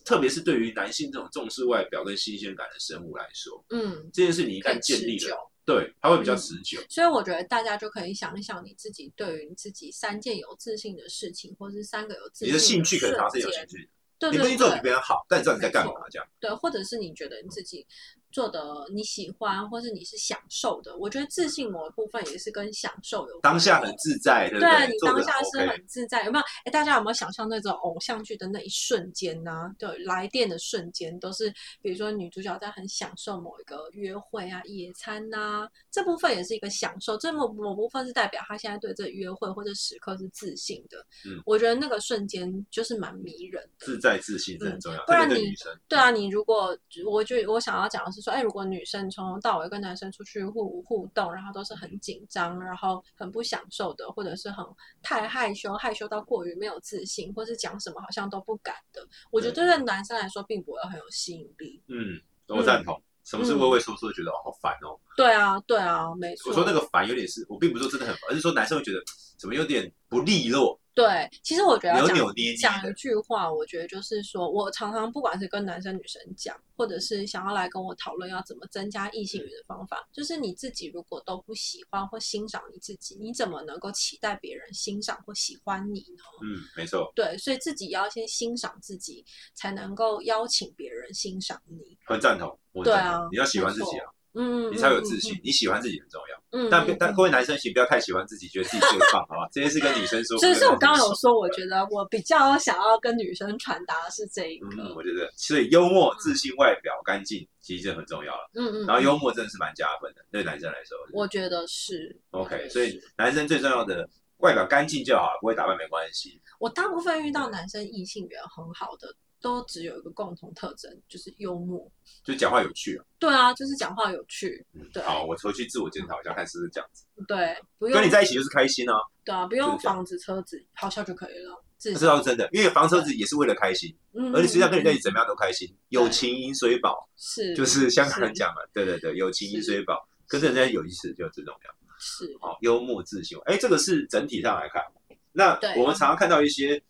特别是对于男性这种重视外表跟新鲜感的生物来说，
嗯嗯，
这件事你一
可以
旦建立
持久嗯
了，对，它会比较持久。
所以我觉得大家就可以想一想你自己对于你自己三件有自信的事情，或是三个有自
你
信
的
的
兴趣可能他是
瞬
有
间
兴趣
对
的，你
对
不一定做得比
对
别人好，但你知道你在干嘛
没错
这样。
对，或者是你觉得你自己做的你喜欢，或是你是享受的。我觉得自信某一部分也是跟享受有关
当下很自在，对不
对啊你
做
当
的
下是
OK，
很自在，有没有？哎，大家有没有想象那种偶像剧的那一瞬间呢、对，来电的瞬间都是，比如说女主角在很享受某一个约会啊、野餐呐、这部分也是一个享受。这某某部分是代表她现在对这约会或者时刻是自信的。
嗯
我觉得那个瞬间就是蛮迷人的。
自在自信是很重要，
嗯不然
特别对
你
女生。
对啊，你如果我就我想要讲的是说，哎，如果女生从头到尾跟男生出去互互动，然后都是很紧张，然后很不享受的，或者是很太害羞，害羞到过于没有自信，或是讲什么好像都不敢的，我觉得
对
这对男生来说并不会很有吸引力。
嗯，我赞同。什么是畏畏缩缩，觉得哦好烦哦？
对啊，对啊，没错。
我说那个烦有点是，我并不是说真的很烦，而是说男生会觉得怎么有点不利落，
对，其实我觉得要
扭
讲
扭捏捏
讲
的
一句话，我觉得就是说，我常常不管是跟男生女生讲，或者是想要来跟我讨论要怎么增加异性缘的方法，就是你自己如果都不喜欢或欣赏你自己，你怎么能够期待别人欣赏或喜欢你呢？
嗯，没错，
对，所以自己要先欣赏自己，才能够邀请别人欣赏你。
很赞同。我很
对
赞同
啊
你要喜欢自己啊，
嗯，
你才有
嗯
自信。。你喜欢自己很重要，
嗯，嗯
但
嗯
别但
嗯
各位男生请不要太喜欢自己，觉得自己最棒，好吧？这件事跟女生说，
就是我刚刚有
说，
说，我觉得我比较想要跟女生传达的是这一个，
嗯，我觉得所以幽默、自信、外表干净，其实就很重要了。
嗯嗯，
然后
嗯
幽默真的是蛮加分的，对男生来说。
我觉得是。我觉
OK，
得
所以
是
男生最重要的外表干净就好，不会打扮没关系。
我大部分遇到男生异性缘很好的，都只有一个共同特征，就是幽默。
就讲话有趣啊。
对啊，就是讲话有趣。对
好，我回去自我检讨一下，看是不是这样子。
对，不用
跟你在一起就是开心啊，
对啊，不
就
用
是这样
房子、车子，好笑就可以了。自
这
己
是，倒是真的，因为房车子也是为了开心，
嗯
而且实际上跟你在一起怎
么
么样都开心。友情饮水饱，
是
就是香港人讲嘛，对对对，友情饮
是
水饱。跟人家有意思就最重要。
是
好、哦幽默自信，哎，这个是整体上来看。那
对啊
我们常常看到一些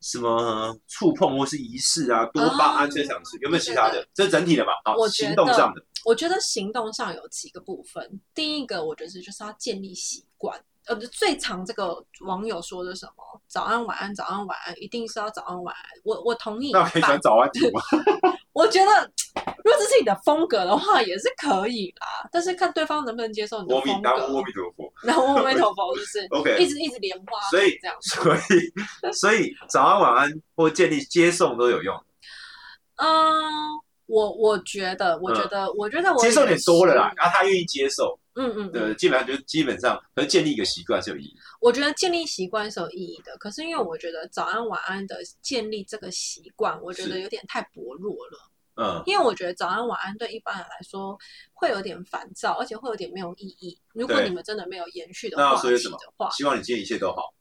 什么触碰或是仪式啊，多巴胺这场是
哦
有没有其他的？这整体的吧，好，
我觉得
行动上的，
我觉得行动上有几个部分，第一个我觉得就是要建立习惯。呃，最常这个网友说的什么？早安晚安，早安晚安，一定是要早安晚安。我我同意
那我可以
一半
讲早安图吗？
我觉得如果这是你的风格的话，也是可以啦。但是看对方能不能接受你的
阿弥
风
南无阿
格。 [LAUGHS]
弥陀佛。 [LAUGHS]
然后阿弥陀佛就是一
OK，
直一直莲花，
所以
这样。
所以所以早安晚安或建立接送都有用，
嗯，我我觉得，我觉得，我觉得
嗯
我
接送
也
点多了啦
是。，
然后他愿意接受，
嗯嗯，嗯
呃，基本上就是基本上，可是建立一个习惯是有意义的。
我觉得建立习惯是有意义的，可是因为我觉得早安晚安的建立这个习惯，我觉得
是
有点太薄弱了。
嗯，
因为我觉得早安晚安对一般人来说会有点烦躁，而且会有点没有意义。如果
对
你们真的没有延续的
那
话
所
题
以什么
的话，
希望你今天一切都好。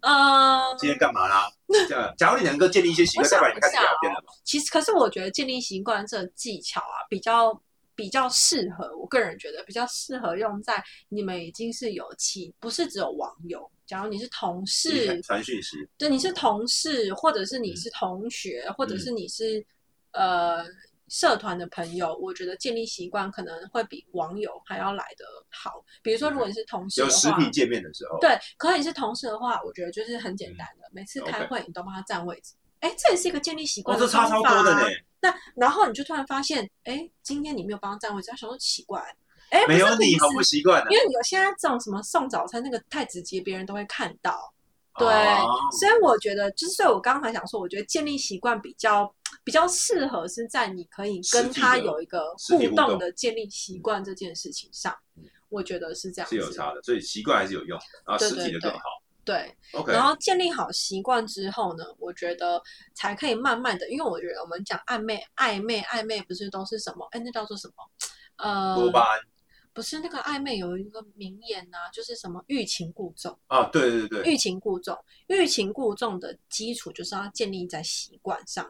嗯，
今天干嘛
[LAUGHS]
啦？这样，假如你能够建立一些习惯，
我
代
想
表你开始
一下
聊
哦
天了嘛？
其实可是我觉得建立习惯这个技巧啊，比较比较适合，我个人觉得比较适合用在你们已经是有其不是只有网友，假如你是同
你
事
看，传讯息，
对，你是同事，或者是
嗯
你是同学，或者是你是呃社团的朋友，我觉得建立习惯可能会比网友还要来得好。比如说，如果你是同事
有
的
实
话，
体见面的时候，
对，可是你是同事的话，我觉得就是很简单的，每次开
嗯 OK
会你都帮他占位置。哎，这也是一个建立习
哦，
惯
这
的
差
方法、啊
超多的呢。
那然后你就突然发现，哎，今天你没有帮他占位置，他想说奇怪，哎，不
没有
是
你
平
好
时
不习惯的
因。为有现在这种什么送早餐那个太直接，别人都会看到。对
哦，
所以我觉得，就是所以我刚才想说，我觉得建立习惯比较比较适合是在你可以跟他
实体的
有一个
实体互动
动的建立习惯这件事情上
嗯，
我觉得是这样
是有
子。
差的，所以习惯还是有用的，然后
对
实体的
对
更好。
对，
OK，
然后建立好习惯之后呢，我觉得才可以慢慢的，因为我觉得我们讲暧昧、暧昧、暧昧，不是都是什么？哎，那叫做什么？呃，
多巴胺
不是那个暧昧有一个名言呐、就是什么欲擒故纵。
啊，对对对，
欲擒故纵，欲擒故纵的基础就是要建立在习惯上。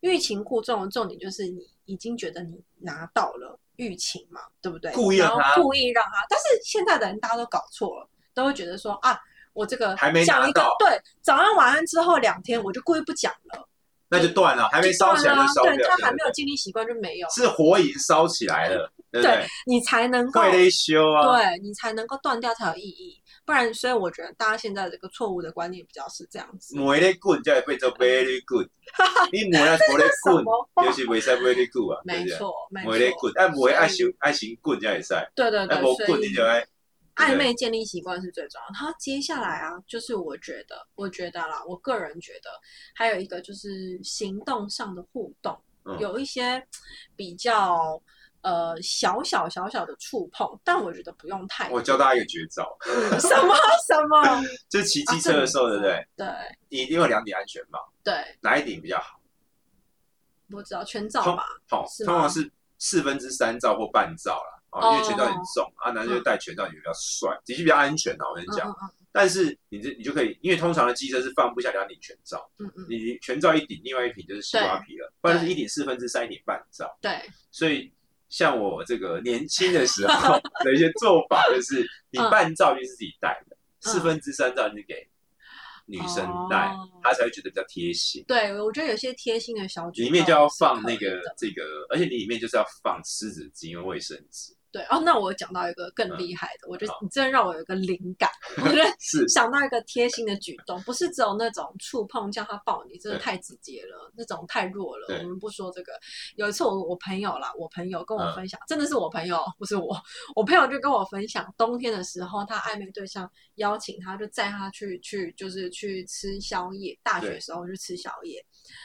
欲擒故纵的重点就是你已经觉得你拿到了欲擒嘛，对不对？
故意让他
然后故意让他，但是现在的人大家都搞错了，都会觉得说啊，我这个
还没拿
讲一个
到
对，早安晚安之后两天我就故意不讲了，
那就断了，还没
就
烧
断
起来
啦
就烧掉
对，他还
了
没，有建立习惯就没有，
是火已经烧起来了，对不对？
你才能够
快得修啊，
对你才能够断掉才有意义，不然所以我觉得大家现在这个错误的观念比较是这样子。
抹得滚，叫被做 very
[LAUGHS]
good，你抹了抹得
什
滚，
么话
就是袂使 very good 啊，对
没
不对？
错，没
抹得
错，
滚，爱抹爱
所
修爱行滚才会使，
对对
爱
对，
无
所
滚你
以
就爱
暧昧建立习惯是最重要的。然后接下来啊，就是我觉得，我觉得啦，我个人觉得还有一个就是行动上的互动，
嗯
有一些比较呃小小小小的触碰，但我觉得不用太
我教大家一个绝招，
嗯 [LAUGHS] 什么什么，
就是骑机车的时候，
啊
对
这
不对？
对
你一定有两顶安全帽，
对，
哪一顶比较好？
我知道全罩吧，
好，
是
通
吗
常是四分之三罩或半罩啦，
哦
啊，因为全罩有点重，啊，男生就戴全罩也比较帅，的确比较安全啊，我跟你
嗯
讲。
嗯
但是你这你就可以，因为通常的机车是放不下两顶全罩，
嗯嗯嗯，
你全罩一顶，另外一顶就是西瓜皮了，不然就是一顶四分之三，一顶半罩。
对，
所以像我这个年轻的时候的一些做法，就是你
嗯
半罩就是自己戴的，四分之三罩就是给女生戴，
哦
她才会觉得比较贴心。
对我觉得有些贴心的小举动
里面就要放
是可
那
以
个
的
这个，而且你里面就是要放湿纸巾、卫生纸，
对哦，那我讲到一个
嗯
更厉害的，我觉得你真的让我有一个灵
[LAUGHS]
感，我觉得
是
想到一个贴心的举动，不是只有那种触碰叫他抱你，真的
对
太直接了，那种太弱了
对。
我们不说这个。有一次我我朋友啦，我朋友跟我
嗯
分享，真的是我朋友，不是我， [LAUGHS] 我朋友就跟我分享，冬天的时候他暧昧对象邀请他，就载他去去就是去吃宵夜，大学
对
的时候去吃宵夜。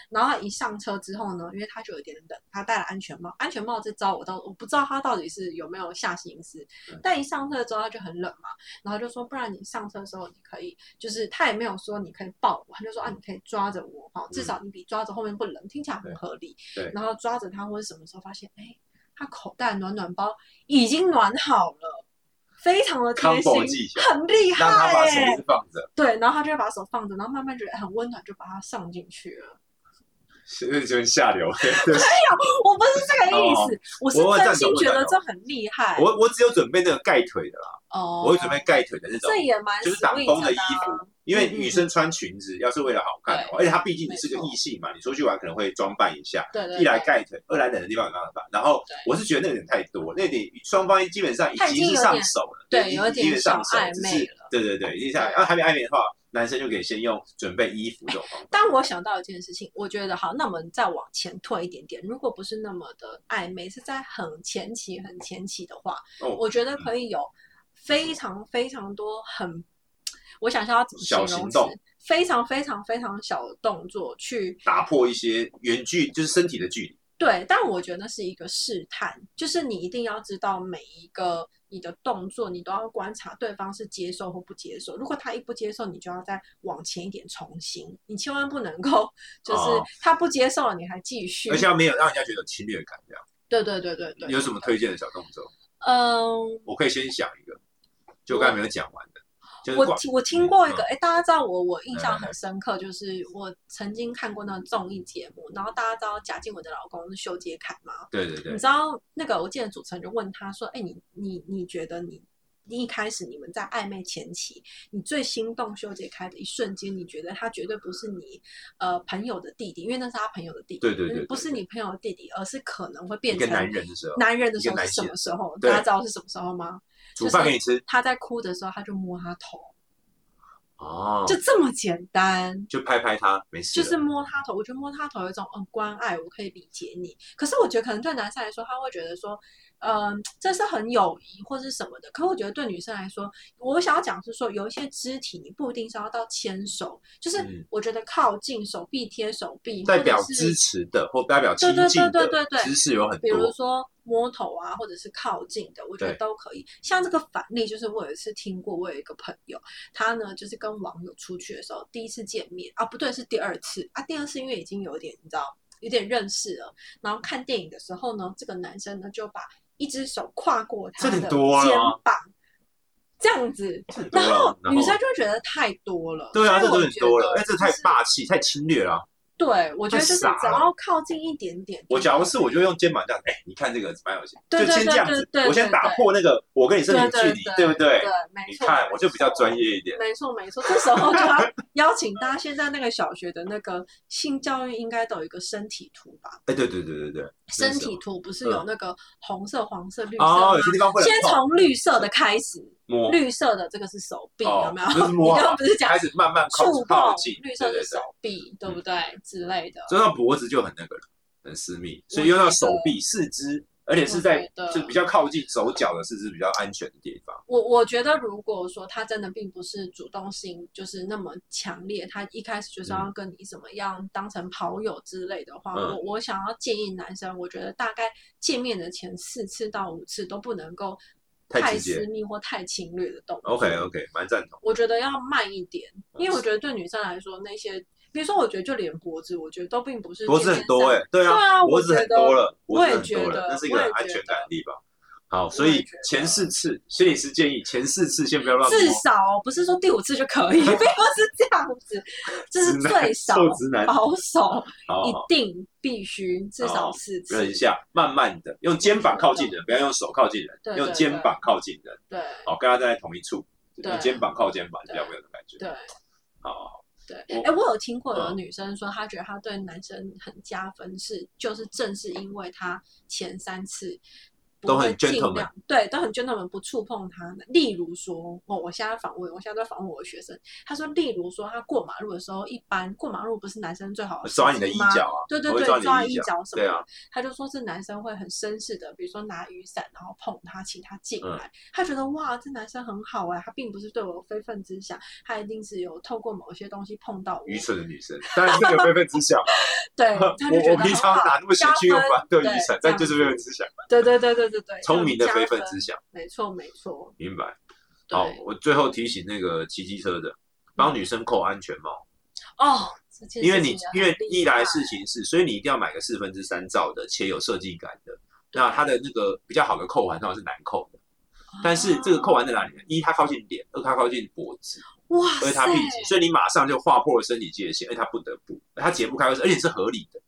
然后他一上车之后呢，因为他就有点冷，他戴了安全帽。安全帽这招我到我不知道他到底是有没有下心思
嗯，
但一上车之后他就很冷嘛，然后就说不然你上车的时候你可以，就是他也没有说你可以抱我，他就说啊你可以抓着我哈，至少你比抓着后面不冷，听起来很合理。
嗯对
然后抓着他或者什么时候发现，哎，他口袋暖暖包已经暖好了，非常的贴
Combo
心
技巧，
很厉害、
让他把手
欸
一直放着，
对，然后他就会把手放着，然后慢慢觉得很温暖，就把它上进去了。 [LAUGHS]
是是下流。
我不是这个意思，我是
哦我
真
赞
心
同
觉
我
得
赞同
这很厉害。
我我只有准备那个盖腿的啦，
哦，
我会准备盖腿的那种
这，也蛮
就是挡
sweet
风的衣
啊
服，因为女生穿裙子要是为了好看的话，而且她毕竟你是个异性嘛，你出去玩可能会装扮一下。
对对，
一来
对
盖腿，二来冷的地方有办法。然后
对
我是觉得那个有点太多，那点双方基本上已
他已经
经是
有
上
点
手了，
对
已经
有
已经
点
有上手
小暧
只
昧
是
了
对对对，已经下来。然后啊还没暧昧的话，男生就可以先用准备衣服这种方法。
但我想到一件事情，我觉得好，那我们再往前退一点点，如果不是那么的暧昧，是在很前期、很前期的话，
哦
我觉得可以有非常非常多很，我想一下要怎么
小
形容
行
词
动，
非常非常非常小的动作去
打破一些远距，就是身体的距离。
对，但我觉得那是一个试探，就是你一定要知道每一个你的动作，你都要观察对方是接受或不接受。如果他一不接受，你就要再往前一点重新，你千万不能够就是
哦
他不接受了你还继续。
而且要没有让人家觉得有侵略感，这样。
对对对对
你
对，
有什么推荐的小动作？
嗯。
我可以先想一个，就我刚才没有讲完的，就是
我
挂
听我听过一个，
嗯
哎、大家知道我我印象
来来
很深刻，就是我曾经看过那个综艺节目，然后大家知道贾静雯的老公是修杰楷吗？
嗯对对对
你知，道那个，我记得主持人就问他说：“哎、你你你觉得你你一开始你们在暧昧前期，你最心动修杰楷的一瞬间，你觉得他绝对不是你呃朋友的弟弟，因为那是他朋友的弟弟，
对对对对
不是你朋友的弟弟，而是可能会
一
变
个
成
男人的时候，
男人的时
一
候
个
是
男
什
性
么时候？
对
大家知道是什么时候吗？
煮饭
就是
给你吃
他在哭的时候，他就摸他头，
哦，
就这么简单。
就拍拍他，没事
就
了。
是摸他头，我觉得摸他头有一种嗯关爱，我可以理解你。可是我觉得可能对男生来说，他会觉得说，嗯、这是很友谊或是什么的。可我觉得对女生来说，我想要讲是说，有一些肢体你不一定是要到牵手，就是
嗯
我觉得靠近手臂贴手臂，
代表
或者
支
是
持的或代表
对
亲
对
近的
对对对对
姿势有很
比如
多，
说摸头啊，或者是靠近的，我觉得
对
都可以。像这个反例，就是我有一次听过，我有一个朋友，他呢就是跟网友出去的时候，第一次见面啊，不对，是第二次啊，第二次因为已经有点你知道有点认识了，然后看电影的时候呢，这个男生呢就把一只手跨过他
这
的
很
肩
多了
膀，这样子，
这很多
然后
了。啊然
女
后
生就觉得太多了，
对啊，这
所以
都
我
很
觉
多了，
得
哎，这
就
太
是
霸气，太侵略了啊。
对，我觉得
太
就是
傻
只
了
要靠近一点点，
我假如是，我就用肩膀这样，哎，你看这个蛮有型，就
对对
先这样
对
子
对对，
我先
对
打
对
破那个我跟你身体的
对
距
对
离，对不对
对？，没
你
错。
看，我就比较专
业。
业一点。
没错没错，这时候就
[LAUGHS]
要邀请大家，现在那个小学的那个性教育应该都有一个身体图吧？
哎，对对对对对，这
身
是什么嗯
体图不是有那个红色、黄色、绿色
哦，
吗
有？些地方会很
先
痛
从绿色的开始，
摸，
绿色的这个是手臂，
哦
有没有？
不是
你
摸
刚
好
刚不是讲
开始慢慢靠
触
靠
碰
近，，
绿色
对对嗯
是
对
手，臂，对不对？之类的。
所以到脖子就很那个了，很私密，所以用到手臂、四肢，而且是在
我觉得
就比较靠近手脚的四肢比较安全的地方。
我我觉得，如果说他真的并不是主动性就是那么强烈，他一开始就是要跟你怎么样当成跑友之类的话，
嗯
我我想要建议男生，我觉得大概见面的前四次到五次都不能够
太
太
直接
私密或太侵略的动作。
OK OK，蛮赞同。
我觉得要慢一点，因为我觉得对女生来说，那些比如说，我觉得就连脖子，我觉得都并不是
脖子
见
很
面
多
上
哎、对啊，
对啊
脖
我
子很
觉得
多了，
我
脖
也
子很多
觉
了
得，
那是一个很
我也
安
觉
全
得
感的地方。好，所以
觉得
前四次，心理师建议前四次先不要乱摸，
至少哦不是说第五次就可以，并 [LAUGHS] 不是这样子，这是
直男
最少哦
受直男，好
保守。
好
一
好
定必须至
哦
少四次。
忍一下，慢慢的用肩膀靠近人，不要用手靠近
对
人，
对
用肩膀靠近人。
对
好，跟他站在同一处，
对
用肩膀靠肩膀，比
对
较会有那种感觉。
对
好，好好
对，
我
哎、我有听过有
嗯
女生说，她觉得她对男生很加分是，就是正是因为她前三次。
都很 gentleman
尽量对，都很 gentleman，不触碰他。例如说，哦我我现在访问，我现在在访问我的学生，他说，例如说，他过马路的时候，一般过马路不是男生最好的
抓
事
你的衣
情吗
角啊，
对对
我会
对，
抓
抓
你的
衣
衣角，
角什么
对
的，
啊
他就说这男生会很绅士的，比如说拿雨伞然后碰他，请他进
嗯
来。他觉得哇，这男生很好哎、他并不是对我有非分之想，他一定是有透过某些东西碰到我。
愚蠢的女生，当然这个非分之想啊。
对， [LAUGHS]
[LAUGHS]
他就觉
我我
得啊
平
很
常
好
哪那么闲去用反对雨伞，但就是非。
加
分
分
之想，
对这样子对对对对对对，
聪明的
这样
非
加
分之想，
没错没错。
明白。
对
好，我最后提醒那个骑机车的，帮女生扣安全帽，
哦，这件
因为
事
你
情也
因为
很厉
一来
害
是形式，所以你一定要买个四分之三罩的且有设计感的。那它的那个比较好的扣环通常是难扣的，但是
啊
这个扣环在哪里呢？一它靠近脸，二它靠近脖子，
哇
二
塞
它，闭紧，所以你马上就划破了身体界限，而且它不得不，它解不开，而且是合理的。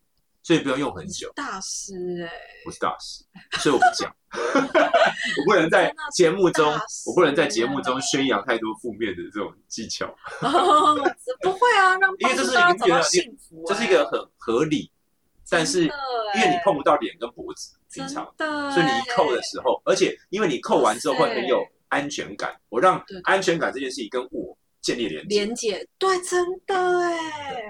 所以不要用很久。
大师哎、
我是大师，所以我不讲， [LAUGHS] 我不能在节目中
真的大，师
我不能在节目中宣扬太多负面的这种技巧，
[LAUGHS] 不会啊，让
因为这是一个
帮助大家找
你觉
到
得
幸福、欸
这是一个很合理，但是
真的
因
欸
为你碰不到脸跟脖子，平
真
常。
的，
所以你一扣的时候，而且因为你扣完之后会很有安全感，我让
对
安全感这件事情跟我建立连接，
欸连姐，对，真的哎，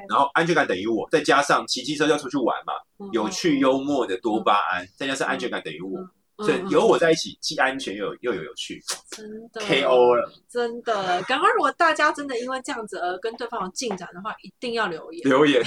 然后安全感等于我，再加上骑机车要出去玩嘛，
哦
有趣幽默的多巴胺，再加上安全感等于我，
嗯，
所以
嗯啊
有我在一起，既安全又有又有有趣
真的
，KO 了，
真的。赶快，如果大家真的因为这样子而跟对方有进展的话，一定要留言。
留言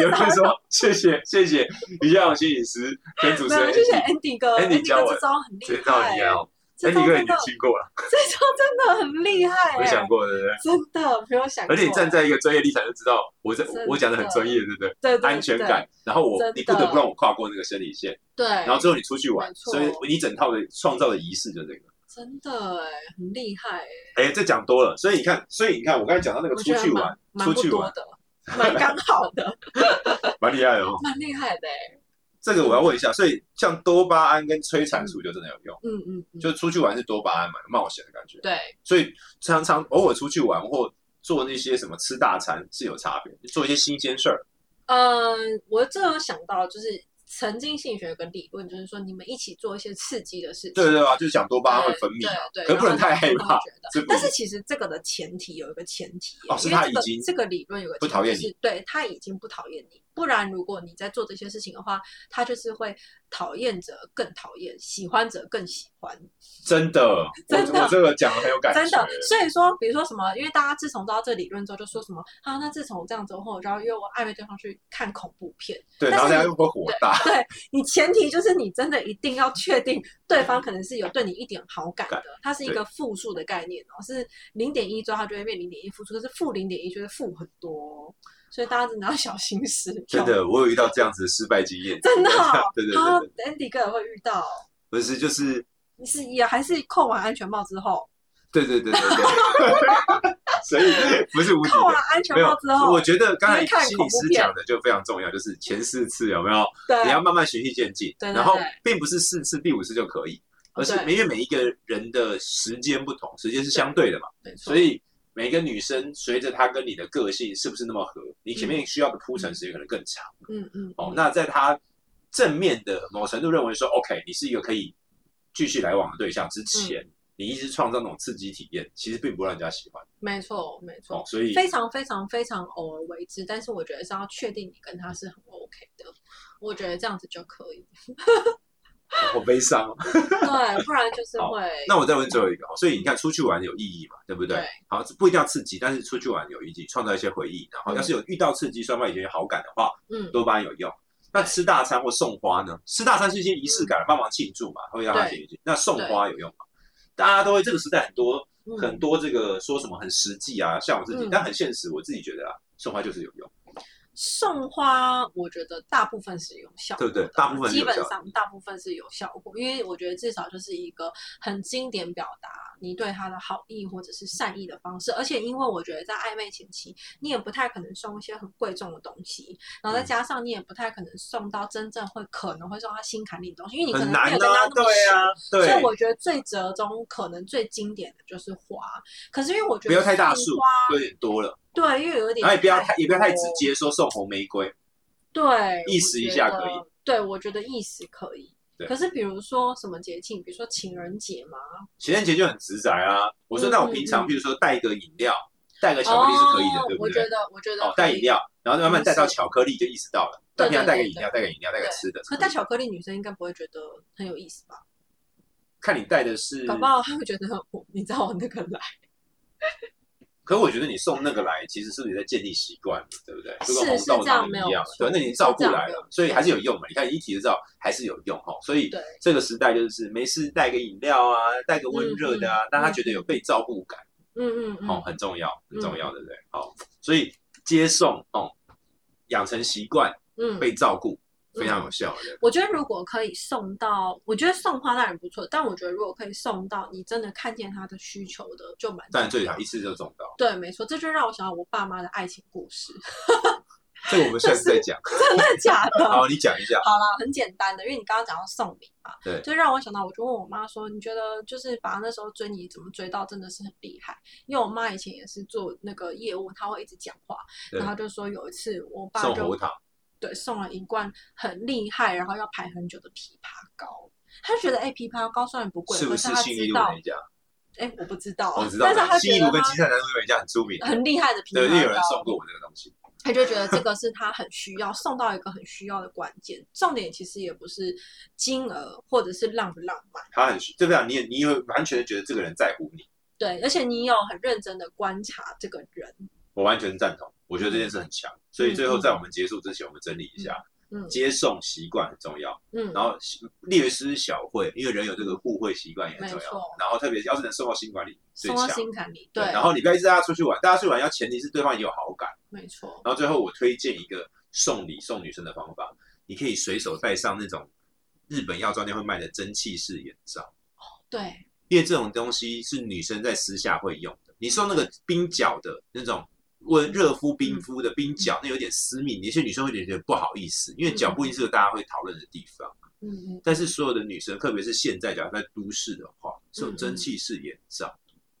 [LAUGHS] 留言说谢谢谢谢于家勇心理师跟主
没
持人
有，
一
谢
起
谢 Andy 哥
Andy 教我
哥这招很厉
这道
害，
你哦，
这
哎
招
你哥已
真
经
的，
听过了，
这招真的很厉害
没想
哎，
过对不对？
真的没有想过。
而且你站在一个专业立场就知道，我在我讲的很专业，对不对？
对对对
安全感，然后我
真的
你不得不让我跨过那个生理线，
对，
然后最后你出去玩
没，错
所以你整套的创造的仪式就是这个。
真的哎，很厉害哎，
哎，这讲多了，所以你看，所以你看，我刚才讲到那个
我
出
觉得
去玩
蛮，蛮
出
不
去
多
玩
的，蛮刚好
[LAUGHS]
的，
蛮厉害的哦。
蛮厉害的哎，
这个我要问一下，所以像多巴胺跟催产素就真的有用，
嗯嗯嗯，
就出去玩是多巴胺嘛，冒险的感觉。
对。
所以常常偶尔出去玩或做那些什么吃大餐是有差别，做一些新鲜事儿。
嗯，我这有想到，就是神经性学有个理论，就是说你们一起做一些刺激的事情，
对对对吧？就是讲多巴胺会分泌，
对对，
可是不能
然后
太害
你就
怕
会觉得
这不
但是其实这个的前提有一个前提耶，
哦是
因为
他
这个
已经
这个理论有个
不
前提
讨厌你
是，对他已经不讨厌你。不然，如果你在做这些事情的话，他就是会讨厌者更讨厌，喜欢者更喜欢，
真的，
真的
我我这个讲的很有感觉，
真的。所以说，比如说什么，因为大家自从知道这个理论之后，就说什么啊，那自从我这样子后，然后约我暧昧对方去看恐怖片，
对，
但是
然后大家
你
又会火大，
对你前提就是你真的一定要确定对方可能是有对你一点好感的，它是一个负数的概念哦，是零点一之后它就会变零点一负数，可是负零点一就会负很多、哦，所以大家真的要小心使用。
真，的，我有遇到这样子的失败经验，
真的哦、
对对
啊
对对，
，Andy 哥也会遇到，
不是就是，
你是也还是扣完安全帽之后，
对对对对对， [LAUGHS] 所以不是无敌
扣完
的。
安全
没
帽
有
之，后
我，觉得刚才
就是看
心
恐
理
怖
师
片
讲的就非常重要，就是前四次有没有？
对，
你要慢慢循序渐进，
对对
然后
对
并不是四次、第五次就可以，而是
对
因为每一个人的时间不同，时间是相对的嘛，
没错
所以每个女生随着她跟你的个性是不是那么合，你前面需要的铺陈时间可能更长。
嗯嗯，
哦，那在他正面的某程度认为说，OK，你是一个可以继续来往的对象之
嗯
前，你一直创造那种刺激体验，其实并不让人家喜欢
没错没错
哦，，所以
非常非常非常偶尔为之，但是我觉得是要确定你跟他是很 OK 的，我觉得这样子就可以。
好悲伤哦。 [LAUGHS]
对，不然就是
好
会
那我再问最后一个哦，所以你看出去玩有意义嘛，对不对？
对
好，不一定要刺激，但是出去玩有意义，创造一些回忆，然后要是有遇到刺激，双方已经有好感的话，
嗯
多巴胺有用。那吃大餐或送花呢？吃大餐是一些仪式感，帮忙庆祝嘛，会让他
嗯对
庆祝。那送花有用吗？大家都会这个时代很多
嗯
很多这个说什么很实际啊，像我自己，
嗯
但很现实，我自己觉得啊，送花就是有用，
送花，我觉得大部分是有效果的，
对不对大部分是
基
有效
本
果
上大部分是有效果，因为我觉得至少就是一个很经典表达你对他的好意或者是善意的方式，而且因为我觉得在暧昧前期，你也不太可能送一些很贵重的东西，然
嗯
后再加上你也不太可能送到真正会可能会送他心坎里的东西，因为你可能
很
没
难
有跟
啊
他，那么
对
熟。
啊，对，
所以我觉得最折中、可能最经典的就是花，可是因为我觉
不
得
要太大
送
数
花，
有点多了，
对，啊因为有点
然后也不要太也不要太直
多
接说送红玫瑰，
对，
意
我
思一
觉
下
得
可以。
对，我觉得意思可以
对。
可是比如说什么节庆，比如说情人节嘛，
情人节就很直白啊。我说
嗯
那我平常
嗯嗯
比如说带个饮料，带个巧克力是可以的，
哦
对不
我觉
对？
得，我觉得
哦，
可
带
以
饮。料，然后慢慢带到
是
巧克力就意识到了，
对
但平常
对
带个
对
饮料，带个饮料，带个吃的，
可带巧克力，女生应该不会觉得很有意思吧？
看你带的是
搞不好她会觉得我，你知道我那个来，
可我觉得你送那个来，其实是你在建立习惯了，对不对？就是跟红豆汤一
是这样没有
样，
错
对，那你照顾
是这
来
样没有
了
错，
所以还是有用嘛。你看一提就知道还是有用哈，所以
对
这个时代就是没事带个饮料啊，带个温热的啊，
嗯嗯
让他觉得有被照顾感，
嗯嗯
哦，
嗯，
很重要，很重要，对不对？好，所以接送哦，养成习惯，
嗯。
被照顾非常有效的。
我觉得如果可以送到，我觉得送花当然不错，但我觉得如果可以送到你真的看见他的需求的，就蛮 [LAUGHS]
但最好一次就中到，
对，没错，这就让我想到我爸妈的爱情故事。
这个我们下次再讲。
真的 [LAUGHS] 假的？
好，你讲一下。
好啦，很简单的，因为你刚刚讲到送礼嘛，
对
就让我想到，我就问我妈说，你觉得就是把那时候追你怎么追到，真的是很厉害。因为我妈以前也是做那个业务，她会一直讲话，
对
然后就说有一次我爸
送
啊就
喉糖，
对送了一罐很厉害，然后要排很久的枇杷膏。她就觉得哎、枇杷膏虽然不贵，
是不
可
是
她
信义
知
路
道
那一家？
哎、我不知道啊、
我知道
但是她，
信
觉
义路
得
跟
她
金山南路有一家很出名，
很厉害的枇
对，就有
杷
人送
膏，
过我那个东西。
他就觉得这个是他很需要，送到一个很需要的关键。重点其实也不是金额，或者是浪不浪漫，
他很对不对？你也你会完全觉得这个人在乎你，
对，而且你有很认真的观察这个人，
我完全赞同。我觉得这件事很强，所以最后在我们结束之前，我们整理一下，
嗯
接送习惯很重要，
嗯，
然后略施小惠，因为人有这个互惠习惯也很重
没
要
错。
然后特别要是能送到心管里最
送
强
到。心坎里，对，
然后你不要一直大家出去玩，大家出去玩要前提是对方也有好感。
没错，
然后最后我推荐一个送礼送女生的方法，你可以随手带上那种日本药妆店会卖的蒸汽式眼罩，
对，
因为这种东西是女生在私下会用的。你送那个冰角的那种温热敷
嗯
冰敷的冰角，那有点私密，有些女生会觉得不好意思，因为脚不一定是个大家会讨论的地方。
嗯嗯，
但是所有的女生，特别是现在假如在都市的话，这种蒸汽式眼罩，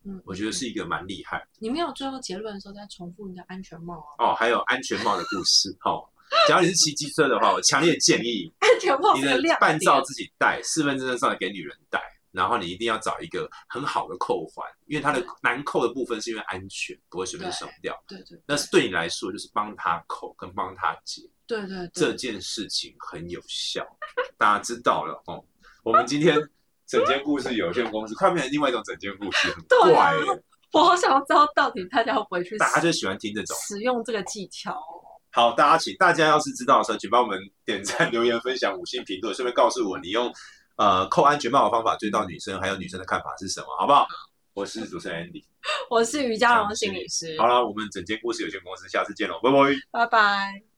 嗯，
我觉得是一个蛮厉害的
你没有最后结论的时候再重复你的安全帽啊， [LAUGHS]
哦。还有安全帽的故事，哦。假如你是骑机车的话，我强烈建议
安全帽
你
是个
的
亮
半罩
点，
自己戴，四分之三上来给女人戴，然后你一定要找一个很好的扣环，因为它的
对
难扣的部分是因为安全，不会随便
嗯对
松掉。
对对
但是对你来说，就是帮他扣跟帮他解
对对
这
对，
件事情很有效，大家知道了哦。我们今天整间故事有限公司，快变成另外一种整间故事，很怪
对啊
耶、
我好想要知道到底大家会不会去
大家
使
就喜欢听这种。
使用这个技巧，
好，大家请大家要是知道的时候，请帮我们点赞、 [LAUGHS] 留言、分享、五星评论，顺便告诉我你用呃扣安全帽的方法追到女生，还有女生的看法是什么，好不好？我是主持人 Andy。
我是瑜伽荣心理师，
好了，我们整间故事有限公司下次见喽，拜拜。
拜拜。